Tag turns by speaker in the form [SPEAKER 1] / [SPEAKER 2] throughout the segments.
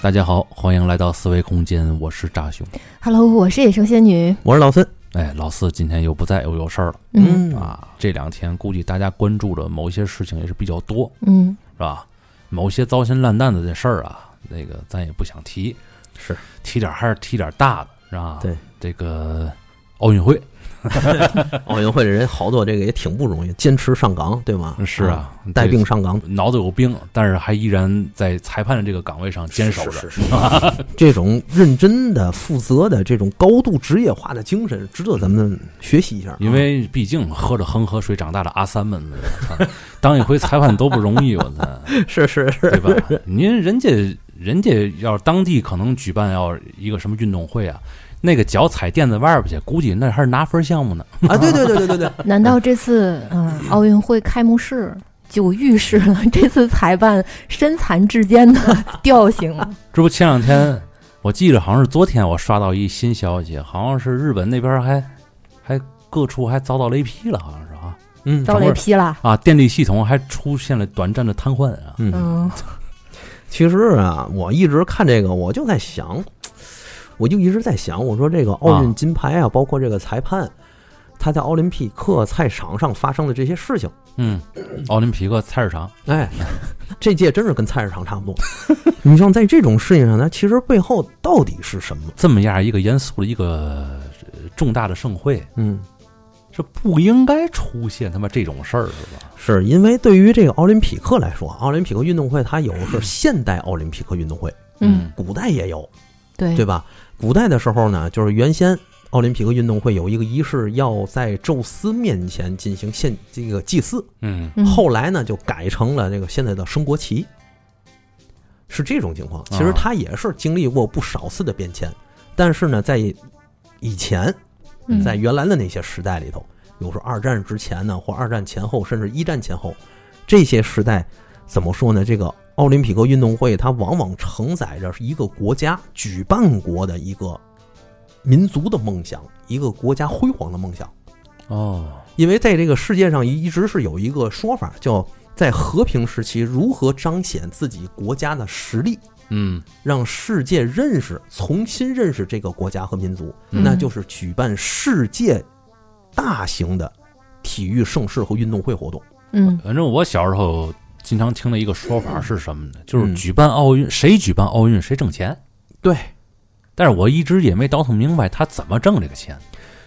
[SPEAKER 1] 大家好，欢迎来到思维空间，我是炸熊，
[SPEAKER 2] Hello，我是野生仙女。
[SPEAKER 3] 我是老孙。
[SPEAKER 1] 哎，老四今天又不在，又有事儿了
[SPEAKER 2] 嗯
[SPEAKER 1] 啊！这两天估计大家关注的某些事情也是比较多，
[SPEAKER 2] 嗯，
[SPEAKER 1] 是吧？某些糟心烂蛋的这事儿啊，那个咱也不想提，
[SPEAKER 3] 是
[SPEAKER 1] 提点儿还是提点儿大的，是吧？
[SPEAKER 3] 对，
[SPEAKER 1] 这个奥运会
[SPEAKER 3] 奥运会的人好多，这个也挺不容易，坚持上岗，对吗？
[SPEAKER 1] 是
[SPEAKER 3] 啊，
[SPEAKER 1] 啊，
[SPEAKER 3] 带
[SPEAKER 1] 这
[SPEAKER 3] 病上岗，
[SPEAKER 1] 脑子有病，但是还依然在裁判的这个岗位上坚守着。
[SPEAKER 3] 是是是 这种认真的、负责的、这种高度职业化的精神，值得咱们学习一下。啊
[SPEAKER 1] 因为毕竟喝着恒河水长大的阿三们，我操当一回裁判都不容易，我操，
[SPEAKER 3] 是 是是，
[SPEAKER 1] 对吧？您人家人家要是当地可能举办要一个什么运动会啊，那个脚踩垫子外边去，估计那还是拿分项目呢。
[SPEAKER 3] 啊，对对对对对对，
[SPEAKER 2] 嗯难道这次嗯、奥运会开幕式就预示了这次裁判身残志坚的 调性？
[SPEAKER 1] 这不前两天 我记着好像是昨天我刷到一新消息，好像是日本那边还还各处还遭到雷劈了，好像是啊
[SPEAKER 3] 嗯
[SPEAKER 2] 遭雷劈了？
[SPEAKER 1] 啊，电力系统还出现了短暂的瘫痪啊。
[SPEAKER 3] 嗯。
[SPEAKER 2] 嗯
[SPEAKER 3] 其实啊，我一直看这个，我就在想，我就一直在想，我说这个奥运金牌啊，包括这个裁判，他在奥林匹克赛场上发生的这些事情。
[SPEAKER 1] 嗯，奥林匹克菜市场，
[SPEAKER 3] 哎，这届真是跟菜市场差不多。你像在这种事情上，它其实背后到底是什么？
[SPEAKER 1] 这么样一个严肃的一个呃重大的盛会，
[SPEAKER 3] 嗯，
[SPEAKER 1] 是不应该出现他妈这种事儿，是吧？
[SPEAKER 3] 是因为对于这个奥林匹克来说，啊奥林匹克运动会它有是现代奥林匹克运动会，
[SPEAKER 2] 嗯，
[SPEAKER 3] 古代也有，
[SPEAKER 2] 对
[SPEAKER 3] 对吧？古代的时候呢，就是原先奥林匹克运动会有一个仪式，要在宙斯面前进行献这个祭祀，
[SPEAKER 1] 嗯，
[SPEAKER 2] 嗯
[SPEAKER 3] 后来呢就改成了这个现在的升国旗，是这种情况。其实它也是经历过不少次的变迁，但是呢，在以前，
[SPEAKER 2] 嗯
[SPEAKER 3] 在原来的那些时代里头，有时候二战之前呢，或二战前后，甚至一战前后，这些时代怎么说呢？这个奥林匹克运动会它往往承载着一个国家举办国的一个民族的梦想，一个国家辉煌的梦想。
[SPEAKER 1] 哦，
[SPEAKER 3] 因为在这个世界上一直是有一个说法，叫在和平时期如何彰显自己国家的实力，
[SPEAKER 1] 嗯，
[SPEAKER 3] 让世界认识、重新认识这个国家和民族，
[SPEAKER 2] 嗯
[SPEAKER 3] 那就是举办世界大型的体育盛事和运动会活动。
[SPEAKER 2] 嗯
[SPEAKER 1] 反正我小时候经常听的一个说法是什么呢？就是
[SPEAKER 3] 嗯
[SPEAKER 1] 举办奥运，谁举办奥运谁挣钱。
[SPEAKER 3] 对，
[SPEAKER 1] 但是我一直也没倒腾明白他怎么挣这个钱。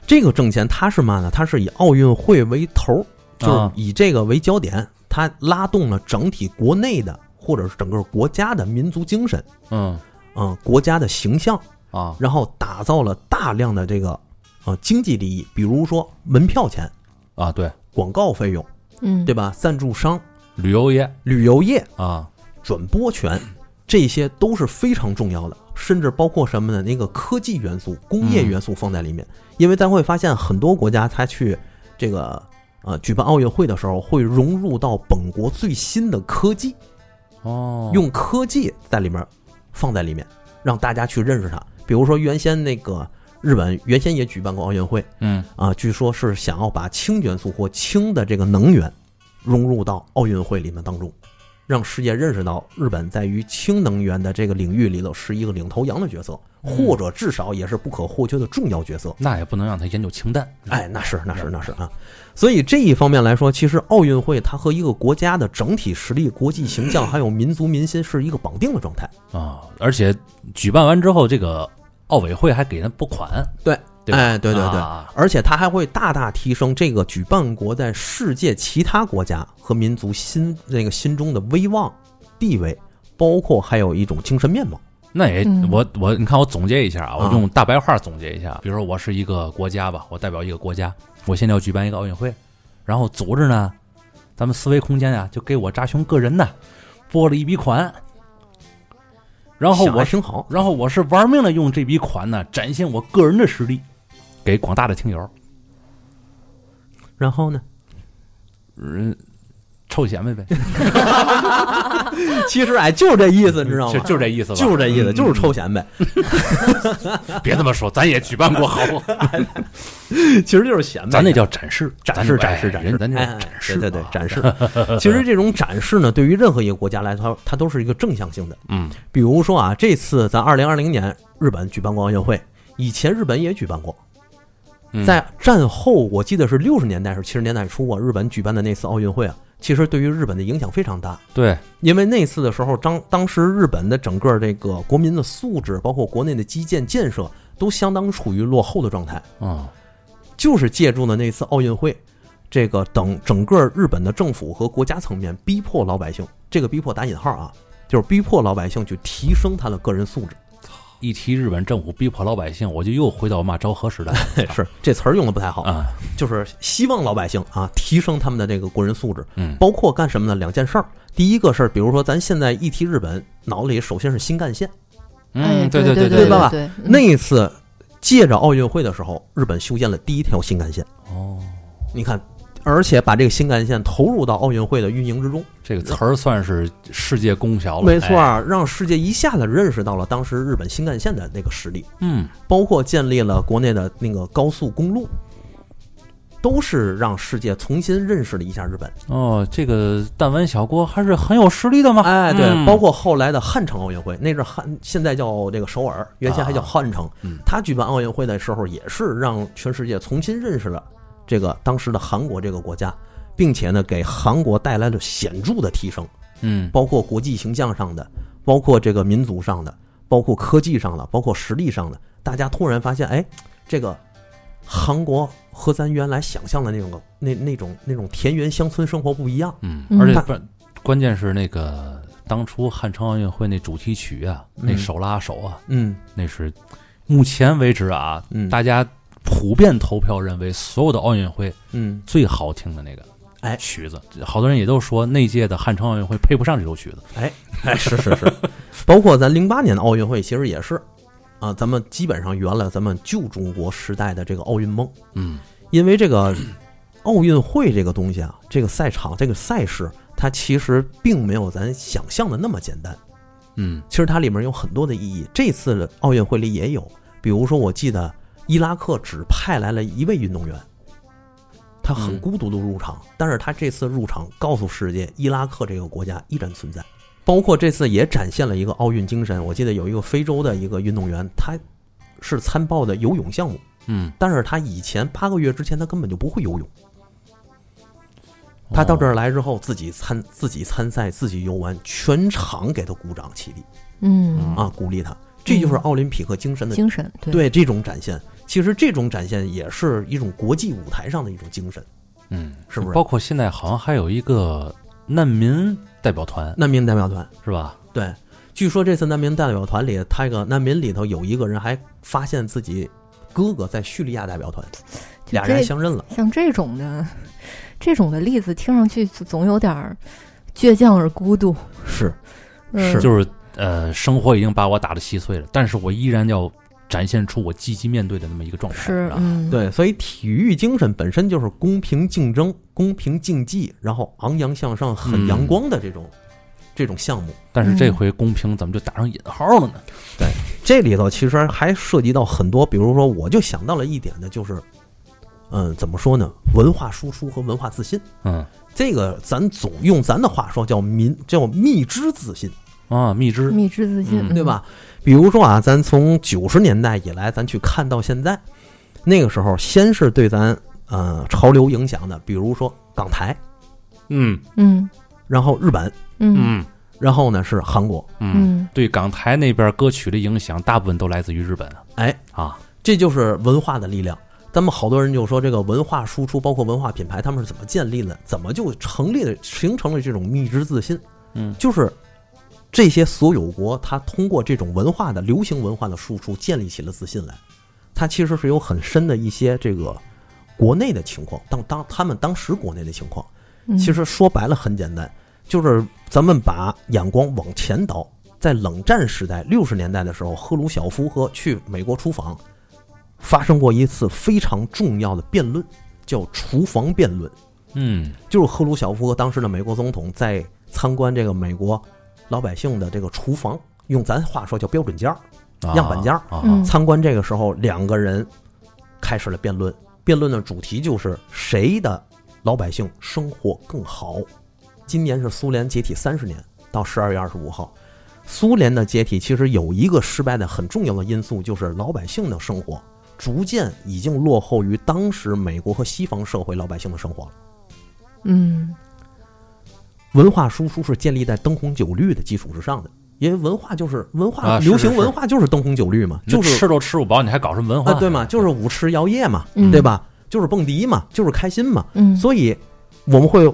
[SPEAKER 3] 这个挣钱它是嘛呢？它是以奥运会为头，就是
[SPEAKER 1] 啊
[SPEAKER 3] 以这个为焦点，它拉动了整体国内的或者是整个国家的民族精神，
[SPEAKER 1] 嗯
[SPEAKER 3] 嗯、国家的形象。
[SPEAKER 1] 啊，
[SPEAKER 3] 然后打造了大量的这个呃经济利益，比如说门票钱、
[SPEAKER 1] 啊，对，
[SPEAKER 3] 广告费用，
[SPEAKER 2] 嗯，
[SPEAKER 3] 对吧？赞助商、
[SPEAKER 1] 旅游业
[SPEAKER 3] 旅游业、
[SPEAKER 1] 啊，
[SPEAKER 3] 转播权，这些都是非常重要的，甚至包括什么呢？那个科技元素、工业元素放在里面，因为咱会发现很多国家它去这个呃举办奥运会的时候，会融入到本国最新的科技，
[SPEAKER 1] 哦，
[SPEAKER 3] 用科技在里面放在里面，让大家去认识它。比如说原先那个日本原先也举办过奥运会。
[SPEAKER 1] 嗯
[SPEAKER 3] 啊，据说是想要把氢元素或氢的这个能源融入到奥运会里面当中，让世界认识到日本在于氢能源的这个领域里头是一个领头羊的角色，
[SPEAKER 1] 嗯
[SPEAKER 3] 或者至少也是不可或缺的重要角色。
[SPEAKER 1] 那也不能让他研究氢弹。
[SPEAKER 3] 哎，那是那是那是啊！所以这一方面来说，其实奥运会它和一个国家的整体实力、国际形象还有民族民心是一个绑定的状态。
[SPEAKER 1] 啊，而且举办完之后，这个奥委会还给人拨款。
[SPEAKER 3] 对，
[SPEAKER 1] 对吧
[SPEAKER 3] 哎，对对对，
[SPEAKER 1] 啊
[SPEAKER 3] 而且它还会大大提升这个举办国在世界其他国家和民族心那个心中的威望、地位，包括还有一种精神面貌。
[SPEAKER 1] 那也，
[SPEAKER 2] 嗯
[SPEAKER 1] 我我你看，我总结一下啊，我
[SPEAKER 3] 啊
[SPEAKER 1] 用大白话总结一下，比如说我是一个国家吧，我代表一个国家，我现在要举办一个奥运会，然后组织呢，咱们思维空间啊，就给我扎熊个人呢拨了一笔款，然后
[SPEAKER 3] 想
[SPEAKER 1] 我
[SPEAKER 3] 还
[SPEAKER 1] 是，
[SPEAKER 3] 挺好，
[SPEAKER 1] 然后我是玩命的用这笔款呢展现我个人的实力，给广大的听友，
[SPEAKER 3] 然后呢？
[SPEAKER 1] 嗯，臭显摆呗，
[SPEAKER 3] 其实哎，就是这意思，你知道
[SPEAKER 1] 就
[SPEAKER 3] 吗？
[SPEAKER 1] 就这意思吧，
[SPEAKER 3] 就是这 意思，
[SPEAKER 1] 嗯
[SPEAKER 3] 就是臭显摆，
[SPEAKER 1] 别这么说，咱也举办过好不好？
[SPEAKER 3] 其实就是显摆。
[SPEAKER 1] 咱那叫展示，
[SPEAKER 3] 展示，
[SPEAKER 1] 咱
[SPEAKER 3] 展示，展示，
[SPEAKER 1] 人咱这
[SPEAKER 3] 哎
[SPEAKER 1] 叫
[SPEAKER 3] 哎
[SPEAKER 1] 展示，
[SPEAKER 3] 对对对，，展示。其实这种展示呢，对于任何一个国家来说，它它都是一个正向性的。
[SPEAKER 1] 嗯
[SPEAKER 3] 比如说啊，这次咱二零二零年日本举办过奥运会，以前日本也举办过，
[SPEAKER 1] 嗯，
[SPEAKER 3] 在战后，我记得是六十年代是七十年代初啊，日本举办的那次奥运会啊，其实对于日本的影响非常大，
[SPEAKER 1] 对，
[SPEAKER 3] 因为那次的时候，当当时日本的整个这个国民的素质，包括国内的基建建设，都相当处于落后的状态。
[SPEAKER 1] 嗯
[SPEAKER 3] 就是借助了那次奥运会，这个等整个日本的政府和国家层面逼迫老百姓，这个逼迫打引号啊，就是逼迫老百姓去提升他的个人 素质。
[SPEAKER 1] 一提日本政府逼迫老百姓，我就又回到骂昭和时代了
[SPEAKER 3] 是这词儿用的不太好，
[SPEAKER 1] 啊，
[SPEAKER 3] 就是希望老百姓啊提升他们的这个国人素质，
[SPEAKER 1] 嗯
[SPEAKER 3] 包括干什么呢？两件事儿。第一个事儿，比如说咱现在一提日本，脑里首先是新干线。
[SPEAKER 2] 哎，
[SPEAKER 1] 嗯，
[SPEAKER 2] 对
[SPEAKER 1] 对
[SPEAKER 2] 对
[SPEAKER 1] 对
[SPEAKER 2] 对
[SPEAKER 3] 吧
[SPEAKER 2] 对，嗯
[SPEAKER 3] 那一次借着奥运会的时候，日本修建了第一条新干线。
[SPEAKER 1] 哦，
[SPEAKER 3] 你看，而且把这个新干线投入到奥运会的运营之中。
[SPEAKER 1] 这个词儿算是世界功效了，
[SPEAKER 3] 没错
[SPEAKER 1] 哎，
[SPEAKER 3] 儿，让世界一下子认识到了当时日本新干线的那个实力，
[SPEAKER 1] 嗯，
[SPEAKER 3] 包括建立了国内的那个高速公路，都是让世界重新认识了一下日本。
[SPEAKER 1] 哦，这个弹丸小锅还是很有实力的嘛，
[SPEAKER 3] 哎，对，
[SPEAKER 1] 嗯
[SPEAKER 3] 包括后来的汉城奥运会，那阵汉现在叫这个首尔，原先还叫汉城。
[SPEAKER 1] 嗯
[SPEAKER 3] 他举办奥运会的时候，也是让全世界重新认识了这个当时的韩国这个国家，并且呢，给韩国带来了显著的提升。
[SPEAKER 1] 嗯，
[SPEAKER 3] 包括国际形象上的，包括这个民族上的，包括科技上的，包括实力上的，大家突然发现，哎，这个韩国和咱原来想象的那种那那种那种田园乡村生活不一样。
[SPEAKER 1] 嗯，
[SPEAKER 2] 嗯
[SPEAKER 1] 而且
[SPEAKER 3] 大
[SPEAKER 1] 关关键是那个当初汉城奥运会那主题曲啊，
[SPEAKER 3] 嗯
[SPEAKER 1] 那手拉手啊，
[SPEAKER 3] 嗯
[SPEAKER 1] 那是目前为止啊，
[SPEAKER 3] 嗯
[SPEAKER 1] 大家普遍投票认为所有的奥运会
[SPEAKER 3] 嗯，
[SPEAKER 1] 最好听的那个
[SPEAKER 3] 哎
[SPEAKER 1] 曲子，好多人也都说那届的汉城奥运会配不上这首曲子。
[SPEAKER 3] 哎， 是是是，包括咱零八年的奥运会，其实也是啊，咱们基本上圆了咱们旧中国时代的这个奥运梦。
[SPEAKER 1] 嗯
[SPEAKER 3] 因为这个奥运会这个东西啊，这个赛场这个赛事，它其实并没有咱想象的那么简单。
[SPEAKER 1] 嗯
[SPEAKER 3] 其实它里面有很多的意义。这次的奥运会里也有，比如说我记得伊拉克只派来了一位运动员，他很
[SPEAKER 1] 嗯
[SPEAKER 3] 孤独的入场，但是他这次入场告诉世界，伊拉克这个国家依然存在。包括这次也展现了一个奥运精神。我记得有一个非洲的一个运动员，他是参报的游泳项目，
[SPEAKER 1] 嗯，
[SPEAKER 3] 但是他以前八个月之前他根本就不会游泳。
[SPEAKER 1] 哦
[SPEAKER 3] 他到这儿来之后，自己参自己参赛，自己游玩，全场给他鼓掌起立。
[SPEAKER 2] 嗯，
[SPEAKER 3] 啊，鼓励他，这就是奥林匹克精神的、
[SPEAKER 2] 精神对
[SPEAKER 3] 对这种展现。其实这种展现也是一种国际舞台上的一种精神，
[SPEAKER 1] 哦，嗯，
[SPEAKER 3] 是不是
[SPEAKER 1] 包括现在好像还有一个难民代表团，
[SPEAKER 3] 难民代表团。
[SPEAKER 1] 是吧？
[SPEAKER 3] 对，据说这次难民代表团里，他这个难民里头有一个人还发现自己哥哥在叙利亚代表团，
[SPEAKER 2] 就
[SPEAKER 3] 俩人还
[SPEAKER 2] 这
[SPEAKER 3] 相认了。
[SPEAKER 2] 像这种的这种的例子，听上去就总有点儿倔强而孤独。
[SPEAKER 3] 是，
[SPEAKER 2] 嗯、
[SPEAKER 3] 是
[SPEAKER 1] 就是呃，生活已经把我打得稀碎了，但是我依然要展现出我积极面对的那么一个状态，
[SPEAKER 2] 是
[SPEAKER 1] 吧？
[SPEAKER 2] 嗯，
[SPEAKER 3] 对，所以体育精神本身就是公平竞争、公平竞技，然后昂扬向上、很阳光的这种、这种项目。
[SPEAKER 1] 但是这
[SPEAKER 2] 嗯
[SPEAKER 1] 回公平怎么就打上引号了呢？
[SPEAKER 3] 这里头其实还涉及到很多，比如说，我就想到了一点呢，就是，嗯，怎么说呢？文化输出和文化自信，
[SPEAKER 1] 嗯
[SPEAKER 3] 这个咱总用咱的话说叫民叫蜜汁自信，
[SPEAKER 1] 啊，蜜汁，
[SPEAKER 2] 蜜汁自信、
[SPEAKER 1] 嗯
[SPEAKER 3] 对？吧？比如说啊，咱从九十年代以来，咱去看到现在，那个时候先是对咱呃潮流影响的，比如说港台，
[SPEAKER 1] 嗯
[SPEAKER 2] 嗯
[SPEAKER 3] 然后日本，
[SPEAKER 2] 嗯
[SPEAKER 1] 嗯
[SPEAKER 3] 然后呢是韩国，
[SPEAKER 1] 嗯，
[SPEAKER 2] 嗯
[SPEAKER 1] 对港台那边歌曲的影响，大部分都来自于日本啊。
[SPEAKER 3] 哎
[SPEAKER 1] 啊，
[SPEAKER 3] 这就是文化的力量。咱们好多人就说这个文化输出，包括文化品牌，他们是怎么建立的？怎么就成立了、形成了这种蜜汁自信？
[SPEAKER 1] 嗯
[SPEAKER 3] 就是这些所有国，它通过这种文化的流行文化的输出，建立起了自信来。它其实是有很深的一些这个国内的情况，当当他们当时国内的情况，
[SPEAKER 2] 嗯，
[SPEAKER 3] 其实说白了很简单，就是咱们把眼光往前倒，在冷战时代六十年代的时候，赫鲁晓夫和去美国出访，发生过一次非常重要的辩论，叫“厨房辩论”。
[SPEAKER 1] 嗯
[SPEAKER 3] 就是赫鲁晓夫和当时的美国总统在参观这个美国老百姓的这个厨房，用咱话说叫标准间儿。
[SPEAKER 1] 啊
[SPEAKER 3] 样板间儿
[SPEAKER 1] 啊，
[SPEAKER 2] 嗯
[SPEAKER 3] 参观这个时候，两个人开始了辩论，辩论的主题就是谁的老百姓生活更好。今年是苏联解体三十年，到十二月二十五号，苏联的解体其实有一个失败的很重要的因素，就是老百姓的生活逐渐已经落后于当时美国和西方社会老百姓的生活了。
[SPEAKER 2] 嗯
[SPEAKER 3] 文化输出是建立在灯红酒绿的基础之上的，因为文化就是文化，
[SPEAKER 1] 啊是
[SPEAKER 3] 流
[SPEAKER 1] 是
[SPEAKER 3] 行
[SPEAKER 1] 是
[SPEAKER 3] 文化就是灯红酒绿嘛，
[SPEAKER 1] 你
[SPEAKER 3] 就是
[SPEAKER 1] 吃都吃不饱，你还搞什么文化嗯
[SPEAKER 3] 啊，？对嘛，就是舞池摇曳嘛，
[SPEAKER 2] 嗯
[SPEAKER 3] 对吧？就是蹦迪嘛，就是开心嘛。
[SPEAKER 2] 嗯，
[SPEAKER 3] 所以我们会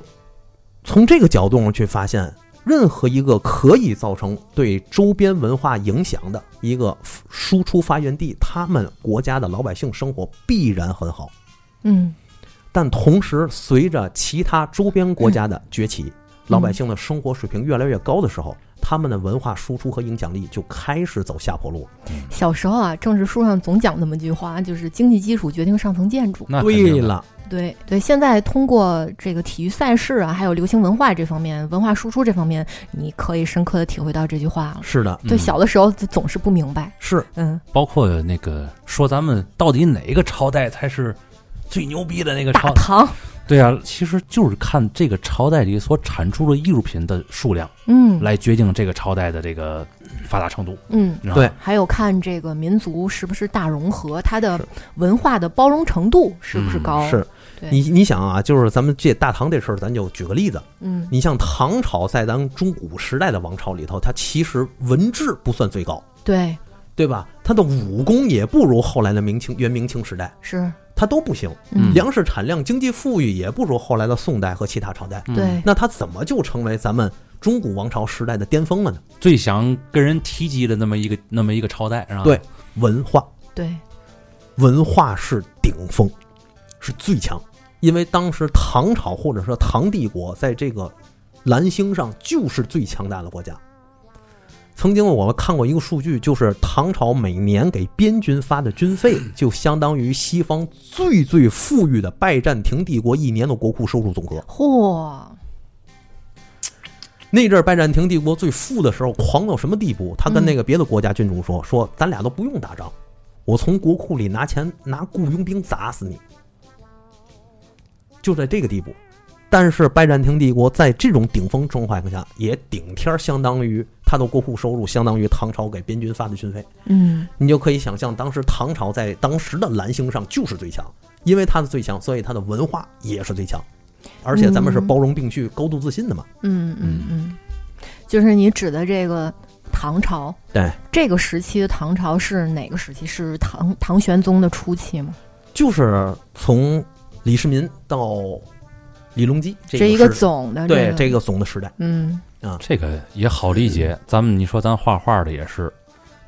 [SPEAKER 3] 从这个角度上去发现，任何一个可以造成对周边文化影响的一个输出发源地，他们国家的老百姓生活必然很好。
[SPEAKER 2] 嗯
[SPEAKER 3] 但同时，随着其他周边国家的崛起，老百姓的生活水平越来越高的时候，他们的文化输出和影响力就开始走下坡路了。
[SPEAKER 2] 小时候啊，政治书上总讲那么句话，就是经济基础决定上层建筑。
[SPEAKER 1] 那肯
[SPEAKER 3] 对
[SPEAKER 1] 定的
[SPEAKER 3] 了，
[SPEAKER 2] 对对，现在通过这个体育赛事啊，还有流行文化这方面、文化输出这方面，你可以深刻的体会到这句话了。
[SPEAKER 3] 是的，
[SPEAKER 1] 嗯
[SPEAKER 2] 对，小的时候就总是不明白，
[SPEAKER 3] 是
[SPEAKER 2] 嗯，
[SPEAKER 1] 包括那个说咱们到底哪一个朝代才是最牛逼的那个
[SPEAKER 2] 大
[SPEAKER 1] 朝？
[SPEAKER 2] 唐，
[SPEAKER 1] 对啊，其实就是看这个朝代里所产出的艺术品的数量，
[SPEAKER 2] 嗯
[SPEAKER 1] 来决定这个朝代的这个发达程度。
[SPEAKER 2] 嗯，
[SPEAKER 1] 你知道吗
[SPEAKER 3] 对，
[SPEAKER 2] 还有看这个民族是不是大融合，它的
[SPEAKER 3] 是
[SPEAKER 2] 文化的包容程度是不是
[SPEAKER 1] 嗯
[SPEAKER 2] 高？
[SPEAKER 3] 是
[SPEAKER 2] 对
[SPEAKER 3] 你你想啊，就是咱们这大唐这事儿，咱就举个例子。
[SPEAKER 2] 嗯
[SPEAKER 3] 你像唐朝，在咱们中古时代的王朝里头，它其实文治不算最高，
[SPEAKER 2] 对，
[SPEAKER 3] 对吧？它的武功也不如后来的明清、元明清时代，
[SPEAKER 2] 是，
[SPEAKER 3] 它都不行。
[SPEAKER 1] 嗯
[SPEAKER 3] 粮食产量、经济富裕也不如后来的宋代和其他朝代。
[SPEAKER 1] 嗯
[SPEAKER 2] 对，
[SPEAKER 3] 那它怎么就成为咱们中古王朝时代的巅峰了呢？
[SPEAKER 1] 最想跟人提及的那么一个那么一个朝代，是吧？
[SPEAKER 3] 对文化，
[SPEAKER 2] 对，
[SPEAKER 3] 文化是顶峰，是最强，因为当时唐朝或者说唐帝国在这个蓝星上就是最强大的国家。曾经我看过一个数据，就是唐朝每年给边军发的军费，就相当于西方最最富裕的拜占庭帝国一年的国库收入总和。
[SPEAKER 2] 嚯，
[SPEAKER 3] 那阵儿拜占庭帝国最富的时候，狂到什么地步？他跟那个别的国家君主说：“说咱俩都不用打仗，我从国库里拿钱拿雇佣兵砸死你。”就在这个地步。但是拜占庭帝国在这种顶峰状况下，也顶天儿相当于他的国库收入相当于唐朝给边军发的军费。
[SPEAKER 2] 嗯
[SPEAKER 3] 你就可以想象，当时唐朝在当时的蓝星上就是最强，因为它的最强，所以它的文化也是最强，而且咱们是包容并蓄、高度自信的嘛。
[SPEAKER 2] 嗯嗯嗯，就是你指的这个唐朝，
[SPEAKER 3] 对，
[SPEAKER 2] 这个时期的唐朝是哪个时期？是唐唐玄宗的初期吗？
[SPEAKER 3] 就是从李世民到李隆基这
[SPEAKER 2] 一
[SPEAKER 3] 个
[SPEAKER 2] 个
[SPEAKER 3] 时
[SPEAKER 2] 总的
[SPEAKER 3] 对
[SPEAKER 2] 这
[SPEAKER 3] 这，个总的时代，
[SPEAKER 2] 嗯
[SPEAKER 1] 这个也好理解。咱们你说咱画画的也是，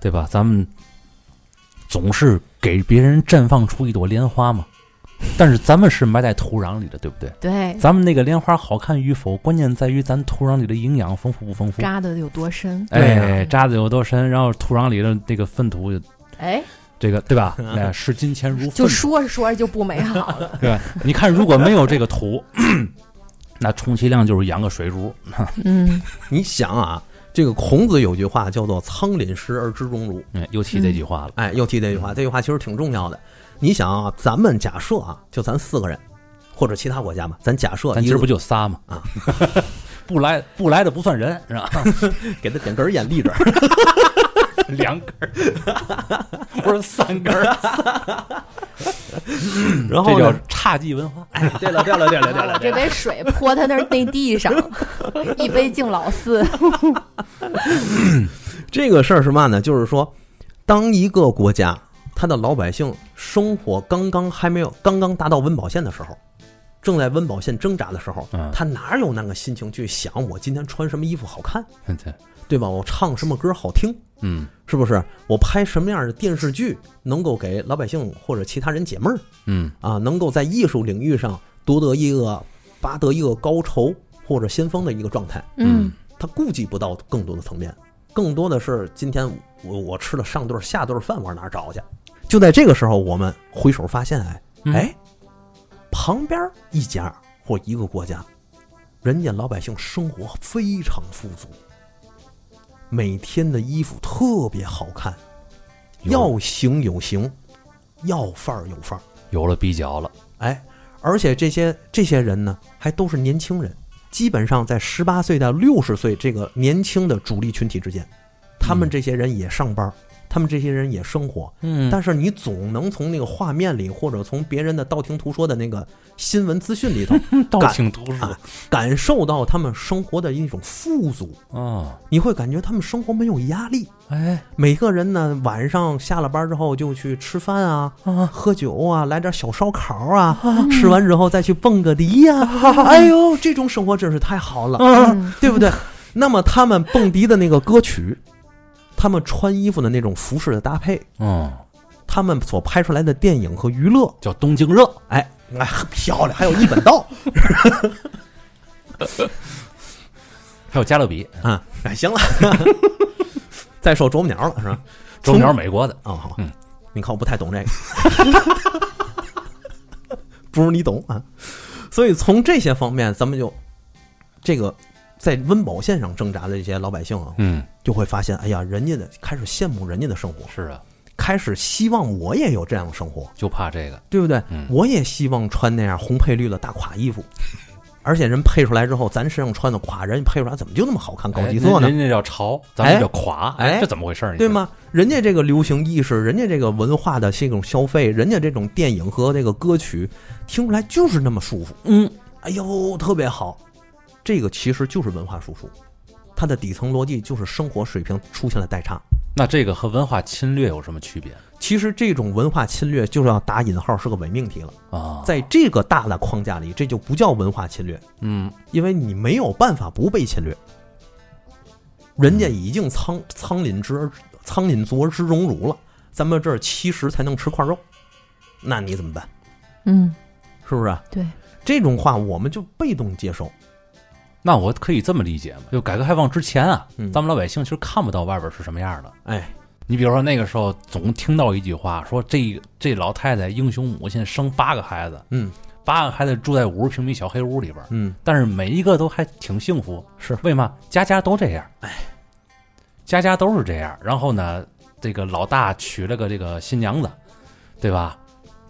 [SPEAKER 1] 对吧？咱们总是给别人绽放出一朵莲花嘛，但是咱们是埋在土壤里的，对不对？
[SPEAKER 2] 对，
[SPEAKER 1] 咱们那个莲花好看与否，关键在于咱土壤里的营养丰富不丰富。
[SPEAKER 2] 扎的有多深？
[SPEAKER 3] 对呀
[SPEAKER 1] 哎，扎的有多深，然后土壤里的那个粪土，
[SPEAKER 2] 哎，
[SPEAKER 1] 这个对吧？
[SPEAKER 3] 嗯
[SPEAKER 1] 哎，视金钱如粪
[SPEAKER 2] 就
[SPEAKER 1] 土。
[SPEAKER 2] 说着说着就不美好了。
[SPEAKER 1] 对吧，你看如果没有这个土， 那充其量就是养个水猪。
[SPEAKER 2] 嗯
[SPEAKER 3] 你想啊，这个孔子有句话叫做“仓廪实而知中儒
[SPEAKER 1] 哎，又提这句话了”，。
[SPEAKER 3] 哎，又提这句话，这句话其实挺重要的。你想啊，咱们假设啊，就咱四个人，或者其他国家嘛，咱假设
[SPEAKER 1] 咱
[SPEAKER 3] 哦一
[SPEAKER 1] 今儿
[SPEAKER 3] 个
[SPEAKER 1] 不就仨吗？
[SPEAKER 3] 啊，
[SPEAKER 1] 不来不来的不算人，是 吧？
[SPEAKER 3] 给他点根烟立着，
[SPEAKER 1] 两根儿， 不是三根儿，
[SPEAKER 3] 然
[SPEAKER 1] 嗯这
[SPEAKER 3] 后
[SPEAKER 1] 叫
[SPEAKER 3] 呢？
[SPEAKER 1] 侘寂文化。
[SPEAKER 3] 哎，对了，对了，对了，对
[SPEAKER 2] 我
[SPEAKER 3] 了，对
[SPEAKER 2] 这
[SPEAKER 3] 了。
[SPEAKER 2] 杯水泼他那儿内地上，一杯敬老寺。
[SPEAKER 3] 这个事儿是嘛呢？就是说，当一个国家它的老百姓生活刚刚还没有刚刚达到温饱线的时候，正在温饱线挣扎的时候
[SPEAKER 1] 嗯，
[SPEAKER 3] 他哪有那个心情去想我今天穿什么衣服好看，
[SPEAKER 1] 嗯对，
[SPEAKER 3] 对吧？我唱什么歌好听，
[SPEAKER 1] 嗯
[SPEAKER 3] 是不是？我拍什么样的电视剧能够给老百姓或者其他人解闷儿
[SPEAKER 1] 嗯，
[SPEAKER 3] 啊？能够在艺术领域上夺得一个拔得一个高潮或者先锋的一个状态。
[SPEAKER 1] 嗯
[SPEAKER 3] 他顾及不到更多的层面，更多的是今天我我吃了上顿下顿饭，往哪儿找去？就在这个时候，我们回首发现，哎、
[SPEAKER 1] 嗯
[SPEAKER 3] 哎，旁边一家或一个国家，人家老百姓生活非常富足，每天的衣服特别好看，
[SPEAKER 1] 有
[SPEAKER 3] 要形有形，要范儿有范儿。
[SPEAKER 1] 有了比较了，
[SPEAKER 3] 哎，而且这些这些人呢，还都是年轻人，基本上在十八岁到六十岁这个年轻的主力群体之间，他们
[SPEAKER 1] 嗯
[SPEAKER 3] 这些人也上班，他们这些人也生活，
[SPEAKER 1] 嗯
[SPEAKER 3] 但是你总能从那个画面里，或者从别人的道听途说的那个新闻资讯 里头，
[SPEAKER 1] 道
[SPEAKER 3] 感
[SPEAKER 1] 听途说
[SPEAKER 3] 啊感受到他们生活的一种富足，
[SPEAKER 1] 啊，
[SPEAKER 3] 你会感觉他们生活没有压力。
[SPEAKER 1] 哎
[SPEAKER 3] 每个人呢，晚上下了班之后就去吃饭啊，
[SPEAKER 1] 啊，
[SPEAKER 3] 喝酒啊，来点小烧烤啊，吃完之后再去蹦个迪呀、哎呦，这种生活真是太好了，
[SPEAKER 2] 嗯
[SPEAKER 3] 对不对？ 那么他们蹦迪的那个歌曲，他们穿衣服的那种服饰的搭配，
[SPEAKER 1] 嗯，
[SPEAKER 3] 他们所拍出来的电影和娱乐，
[SPEAKER 1] 叫东京热，
[SPEAKER 3] 哎，哎，漂亮，还有一本道，
[SPEAKER 1] 还有加勒比，
[SPEAKER 3] 啊，哎，行了， 再说啄木鸟了是吧？
[SPEAKER 1] 中鸟美国的，
[SPEAKER 3] 啊、好，
[SPEAKER 1] 嗯，
[SPEAKER 3] 你看我不太懂这个， 不如你懂啊。所以从这些方面，咱们就这个在温饱线上挣扎的这些老百姓啊，
[SPEAKER 1] 嗯，
[SPEAKER 3] 就会发现，哎呀，人家的开始羡慕人家的生活，
[SPEAKER 1] 是啊，
[SPEAKER 3] 开始希望我也有这样的生活，
[SPEAKER 1] 就怕这个，
[SPEAKER 3] 对不对？
[SPEAKER 1] 嗯
[SPEAKER 3] 我也希望穿那样红配绿的大垮衣服。而且人配出来之后，咱身上穿的垮，人家配出来怎么就那么好看、高级
[SPEAKER 1] 哎
[SPEAKER 3] 色呢？
[SPEAKER 1] 人人家叫潮，咱们
[SPEAKER 3] 哎
[SPEAKER 1] 叫垮，
[SPEAKER 3] 哎
[SPEAKER 1] 这怎么回事儿？你
[SPEAKER 3] 对
[SPEAKER 1] 说？
[SPEAKER 3] 吗？人家这个流行意识，人家这个文化的这种消费，人家这种电影和这个歌曲，听出来就是那么舒服。
[SPEAKER 1] 嗯，
[SPEAKER 3] 哎呦，特别好。这个其实就是文化输出，它的底层逻辑就是生活水平出现了代差。
[SPEAKER 1] 那这个和文化侵略有什么区别
[SPEAKER 3] 其实这种文化侵略就是要打引号是个伪命题了，
[SPEAKER 1] 啊？
[SPEAKER 3] 在这个大的框架里，这就不叫文化侵略，
[SPEAKER 1] 嗯，
[SPEAKER 3] 因为你没有办法不被侵略。人家已经苍苍廪之而苍廪足而知荣辱了，咱们这儿七十才能吃块肉，那你怎么办？
[SPEAKER 2] 嗯，
[SPEAKER 3] 是不是？
[SPEAKER 2] 对，
[SPEAKER 3] 这种话我们就被动接受。
[SPEAKER 1] 那我可以这么理解吗？就改革开放之前啊，
[SPEAKER 3] 嗯
[SPEAKER 1] 咱们老百姓其实看不到外边是什么样的。
[SPEAKER 3] 哎，
[SPEAKER 1] 你比如说那个时候，总听到一句话，说这这老太太英雄母亲生八个孩子，
[SPEAKER 3] 嗯
[SPEAKER 1] 八个孩子住在五十平米小黑屋里边，
[SPEAKER 3] 嗯，
[SPEAKER 1] 但是每一个都还挺幸福，
[SPEAKER 3] 是
[SPEAKER 1] 为嘛？家家都这样，哎，家家都是这样。然后呢，这个老大娶了个这个新娘子，对吧？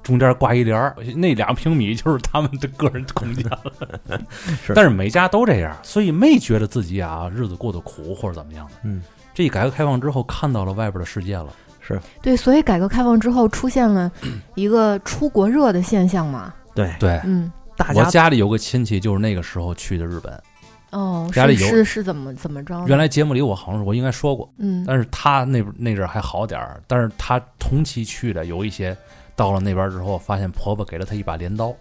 [SPEAKER 1] 中间挂一帘儿，那两平米就是他们的个人空间了。
[SPEAKER 3] 是
[SPEAKER 1] 但是每家都这样，所以没觉得自己啊日子过得苦或者怎么样的。
[SPEAKER 3] 嗯，
[SPEAKER 1] 这一改革开放之后，看到了外边的世界了。
[SPEAKER 3] 是
[SPEAKER 2] 对，所以改革开放之后出现了一个出国热的现象嘛。
[SPEAKER 3] 对，
[SPEAKER 1] 对，
[SPEAKER 2] 嗯，
[SPEAKER 3] 大
[SPEAKER 1] 我
[SPEAKER 3] 家
[SPEAKER 1] 家里有个亲戚，就是那个时候去的日本。
[SPEAKER 2] 哦，
[SPEAKER 1] 家
[SPEAKER 2] 是
[SPEAKER 1] 里有
[SPEAKER 2] 是是怎么怎么着呢？
[SPEAKER 1] 原来节目里我好像是我应该说过，
[SPEAKER 2] 嗯，
[SPEAKER 1] 但是他那边那阵儿还好点儿，但是他同期去的有一些，到了那边之后，发现婆婆给了他一把镰刀，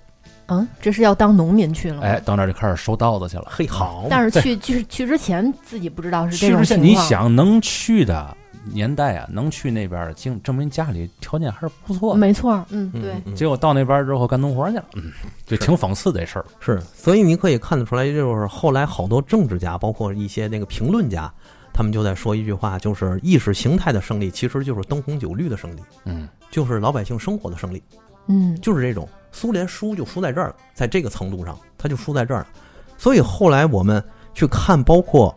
[SPEAKER 2] 嗯，这是要当农民去了吗？
[SPEAKER 1] 哎，到那儿就开始收稻子去了。
[SPEAKER 3] 嘿好嘛，
[SPEAKER 2] 但是去去去之前自己不知道是这
[SPEAKER 1] 去
[SPEAKER 2] 种
[SPEAKER 1] 之
[SPEAKER 2] 情
[SPEAKER 1] 前，
[SPEAKER 2] 况。
[SPEAKER 1] 你想能去的年代啊，能去那边儿，经证明家里条件还是不错的。
[SPEAKER 2] 没错儿，嗯，
[SPEAKER 3] 嗯
[SPEAKER 2] 对，
[SPEAKER 3] 嗯
[SPEAKER 1] 结果到那边儿之后干农活去了，嗯，就挺讽刺这事儿。
[SPEAKER 3] 是，所以你可以看得出来，就是后来好多政治家，包括一些那个评论家，他们就在说一句话，就是意识形态的胜利其实就是灯红酒绿的胜利，
[SPEAKER 1] 嗯，
[SPEAKER 3] 就是老百姓生活的胜利，
[SPEAKER 2] 嗯，
[SPEAKER 3] 就是这种。苏联输就输在这儿了，在这个程度上，他就输在这儿了。所以后来我们去看，包括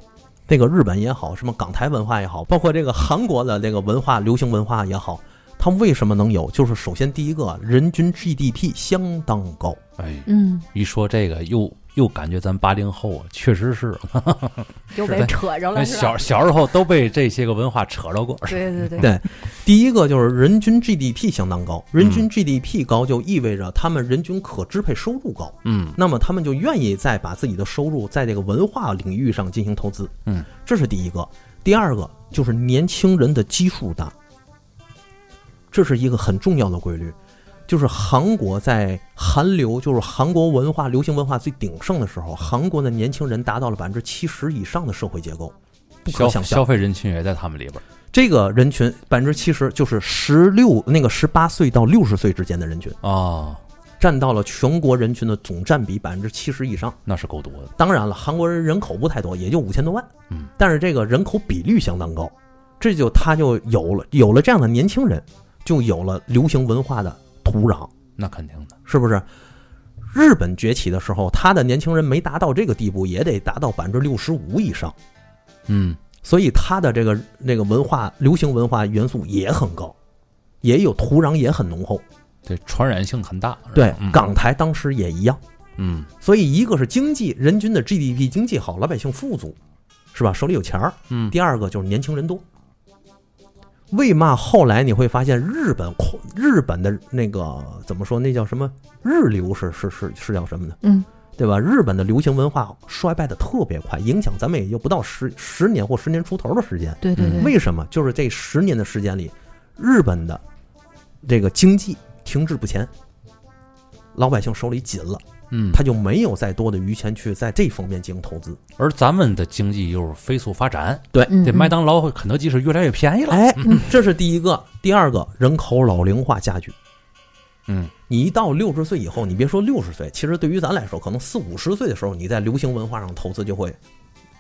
[SPEAKER 3] 那个日本也好，什么港台文化也好，包括这个韩国的这个文化、流行文化也好，它为什么能有？就是首先第一个，人均 GDP 相当高，
[SPEAKER 1] 哎，
[SPEAKER 2] 嗯，
[SPEAKER 1] 一说这个又又感觉咱八零后啊，确实是
[SPEAKER 2] 又
[SPEAKER 1] 是
[SPEAKER 2] 被扯着了，是吧
[SPEAKER 1] 小小时候都被这些个文化扯着过。
[SPEAKER 2] 对对对，
[SPEAKER 3] 对第一个就是人均 GDP 相当高，人均 GDP 高就意味着他们人均可支配收入高，
[SPEAKER 1] 嗯
[SPEAKER 3] 那么他们就愿意再把自己的收入在这个文化领域上进行投资，
[SPEAKER 1] 嗯，
[SPEAKER 3] 这是第一个。第二个就是年轻人的基数大，这是一个很重要的规律，就是韩国在韩流，就是韩国文化、流行文化最鼎盛的时候，韩国的年轻人达到了百分之七十以上的社会结构，不可
[SPEAKER 1] 消
[SPEAKER 3] 想象
[SPEAKER 1] 消。费人群也在他们里边儿。
[SPEAKER 3] 这个人群百分之七十就是十六那个十八岁到六十岁之间的人群，
[SPEAKER 1] 哦，
[SPEAKER 3] 占到了全国人群的总占比百分之七十以上。
[SPEAKER 1] 那是够多的。
[SPEAKER 3] 当然了，韩国人人口不太多，也就五千多万，
[SPEAKER 1] 嗯，
[SPEAKER 3] 但是这个人口比率相当高，这就他就有了有了这样的年轻人，就有了流行文化的土壤，
[SPEAKER 1] 那肯定的，
[SPEAKER 3] 是不是？日本崛起的时候，他的年轻人没达到这个地步，也得达到百分之六十五以上，
[SPEAKER 1] 嗯
[SPEAKER 3] 所以他的这个那个文化流行文化元素也很高，也有土壤也很浓厚。
[SPEAKER 1] 对，传染性很大。
[SPEAKER 3] 对
[SPEAKER 1] 嗯，
[SPEAKER 3] 港台当时也一样。
[SPEAKER 1] 嗯
[SPEAKER 3] 所以一个是经济，人均的 GDP 经济好，老百姓富足，是吧？手里有钱儿。
[SPEAKER 1] 嗯，
[SPEAKER 3] 第二个就是年轻人多。为嘛后来你会发现日本恐日本的那个怎么说？那叫什么日流是是是是叫什么呢？
[SPEAKER 2] 嗯，
[SPEAKER 3] 对吧？日本的流行文化衰败的特别快，影响咱们也就不到十十年或十年出头的时间。
[SPEAKER 2] 对对
[SPEAKER 1] 嗯
[SPEAKER 2] 对，
[SPEAKER 3] 为什么？就是这十年的时间里，日本的这个经济停滞不前，老百姓手里紧了。
[SPEAKER 1] 嗯，
[SPEAKER 3] 他就没有再多的余钱去在这方面进行投资。
[SPEAKER 1] 而咱们的经济又是飞速发展，
[SPEAKER 2] 嗯
[SPEAKER 1] 这麦当劳、和肯德基是越来越便宜了。
[SPEAKER 3] 哎
[SPEAKER 1] 嗯，
[SPEAKER 3] 这是第一个，第二个人口老龄化加剧。
[SPEAKER 1] 嗯，
[SPEAKER 3] 你一到六十岁以后，你别说六十岁，其实对于咱来说，可能四五十岁的时候，你在流行文化上投资就会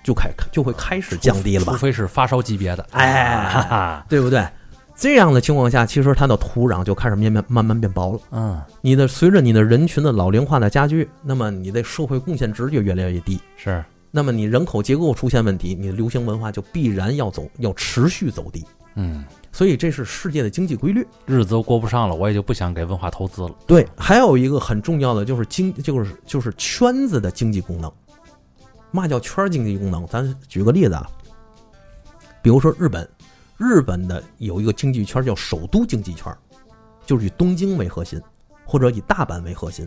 [SPEAKER 3] 就开就会 开始降低了
[SPEAKER 1] 除
[SPEAKER 3] 吧？
[SPEAKER 1] 非是发烧级别的。啊
[SPEAKER 3] 哎
[SPEAKER 1] 哈哈，
[SPEAKER 3] 对不对？这样的情况下，其实它的土壤就开始慢慢慢慢变薄了。
[SPEAKER 1] 嗯，
[SPEAKER 3] 你的随着你的人群的老龄化的加剧，那么你的社会贡献值就越来越低。
[SPEAKER 1] 是，
[SPEAKER 3] 那么你人口结构出现问题，你的流行文化就必然要走，要持续走低。
[SPEAKER 1] 嗯，
[SPEAKER 3] 所以这是世界的经济规律。
[SPEAKER 1] 日子都过不上了，我也就不想给文化投资了。
[SPEAKER 3] 对，还有一个很重要的就是经，就是就是圈子的经济功能。嘛叫圈儿经济功能？咱举个例子啊，比如说日本，日本的有一个经济圈儿叫首都经济圈儿，就是以东京为核心，或者以大阪为核心；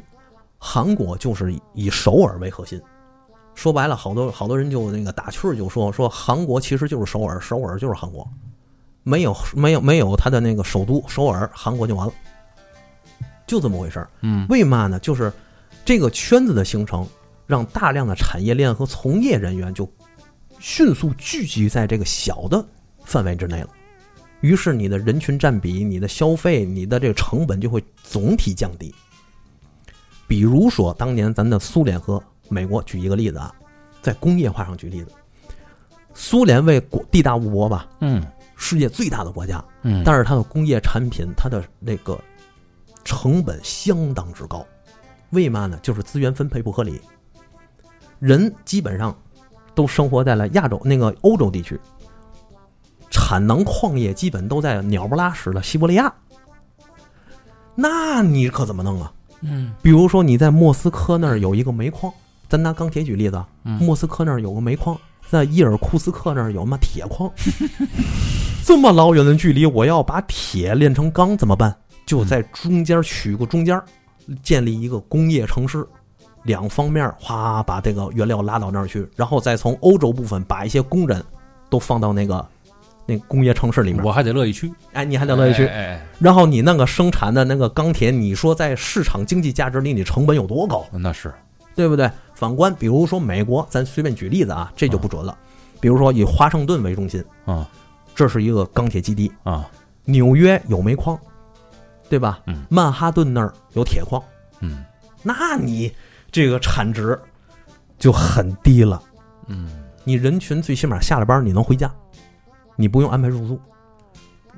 [SPEAKER 3] 韩国就是以以首尔为核心。说白了，好多好多人就那个打趣儿就说说韩国其实就是首尔，首尔就是韩国，没有没有没有它的那个首都首尔，韩国就完了，就这么回事儿。
[SPEAKER 1] 嗯
[SPEAKER 3] 为嘛呢？就是这个圈子的形成，让大量的产业链和从业人员就迅速聚集在这个小的范围之内了。于是你的人群占比、你的消费、你的这个成本就会总体降低。比如说，当年咱的苏联和美国，举一个例子啊，在工业化上举例子，苏联为国地大物博吧，
[SPEAKER 1] 嗯
[SPEAKER 3] 世界最大的国家，
[SPEAKER 1] 嗯，
[SPEAKER 3] 但是它的工业产品，它的那个成本相当之高，为嘛呢？就是资源分配不合理，人基本上都生活在了亚洲那个欧洲地区，产能矿业基本都在鸟不拉屎的西伯利亚，那你可怎么弄啊？
[SPEAKER 1] 嗯
[SPEAKER 3] 比如说你在莫斯科那儿有一个煤矿，咱拿钢铁举例子啊，
[SPEAKER 1] 嗯
[SPEAKER 3] 莫斯科那儿有个煤矿，在伊尔库斯克那儿有嘛铁矿， 这么老远的距离，我要把铁炼成钢怎么办？就在中间取个中间儿，建立一个工业城市，两方面儿哗把这个原料拉到那儿去，然后再从欧洲部分把一些工人都放到那个那工业城市里面。
[SPEAKER 1] 我还得乐意去，
[SPEAKER 3] 哎，你还得乐意去。
[SPEAKER 1] 哎哎
[SPEAKER 3] 然后你那个生产的那个钢铁，你说在市场经济价值里，你成本有多高？
[SPEAKER 1] 哎那是，
[SPEAKER 3] 对不对？反观，比如说美国，咱随便举例子啊，这就不准了。比如说以华盛顿为中心，
[SPEAKER 1] 啊
[SPEAKER 3] 这是一个钢铁基地；
[SPEAKER 1] 啊，
[SPEAKER 3] 纽约有煤矿，对吧？
[SPEAKER 1] 嗯
[SPEAKER 3] 曼哈顿那儿有铁矿，
[SPEAKER 1] 嗯
[SPEAKER 3] 那你这个产值就很低了。
[SPEAKER 1] 嗯
[SPEAKER 3] 你人群最起码下了班你能回家，你不用安排住宿，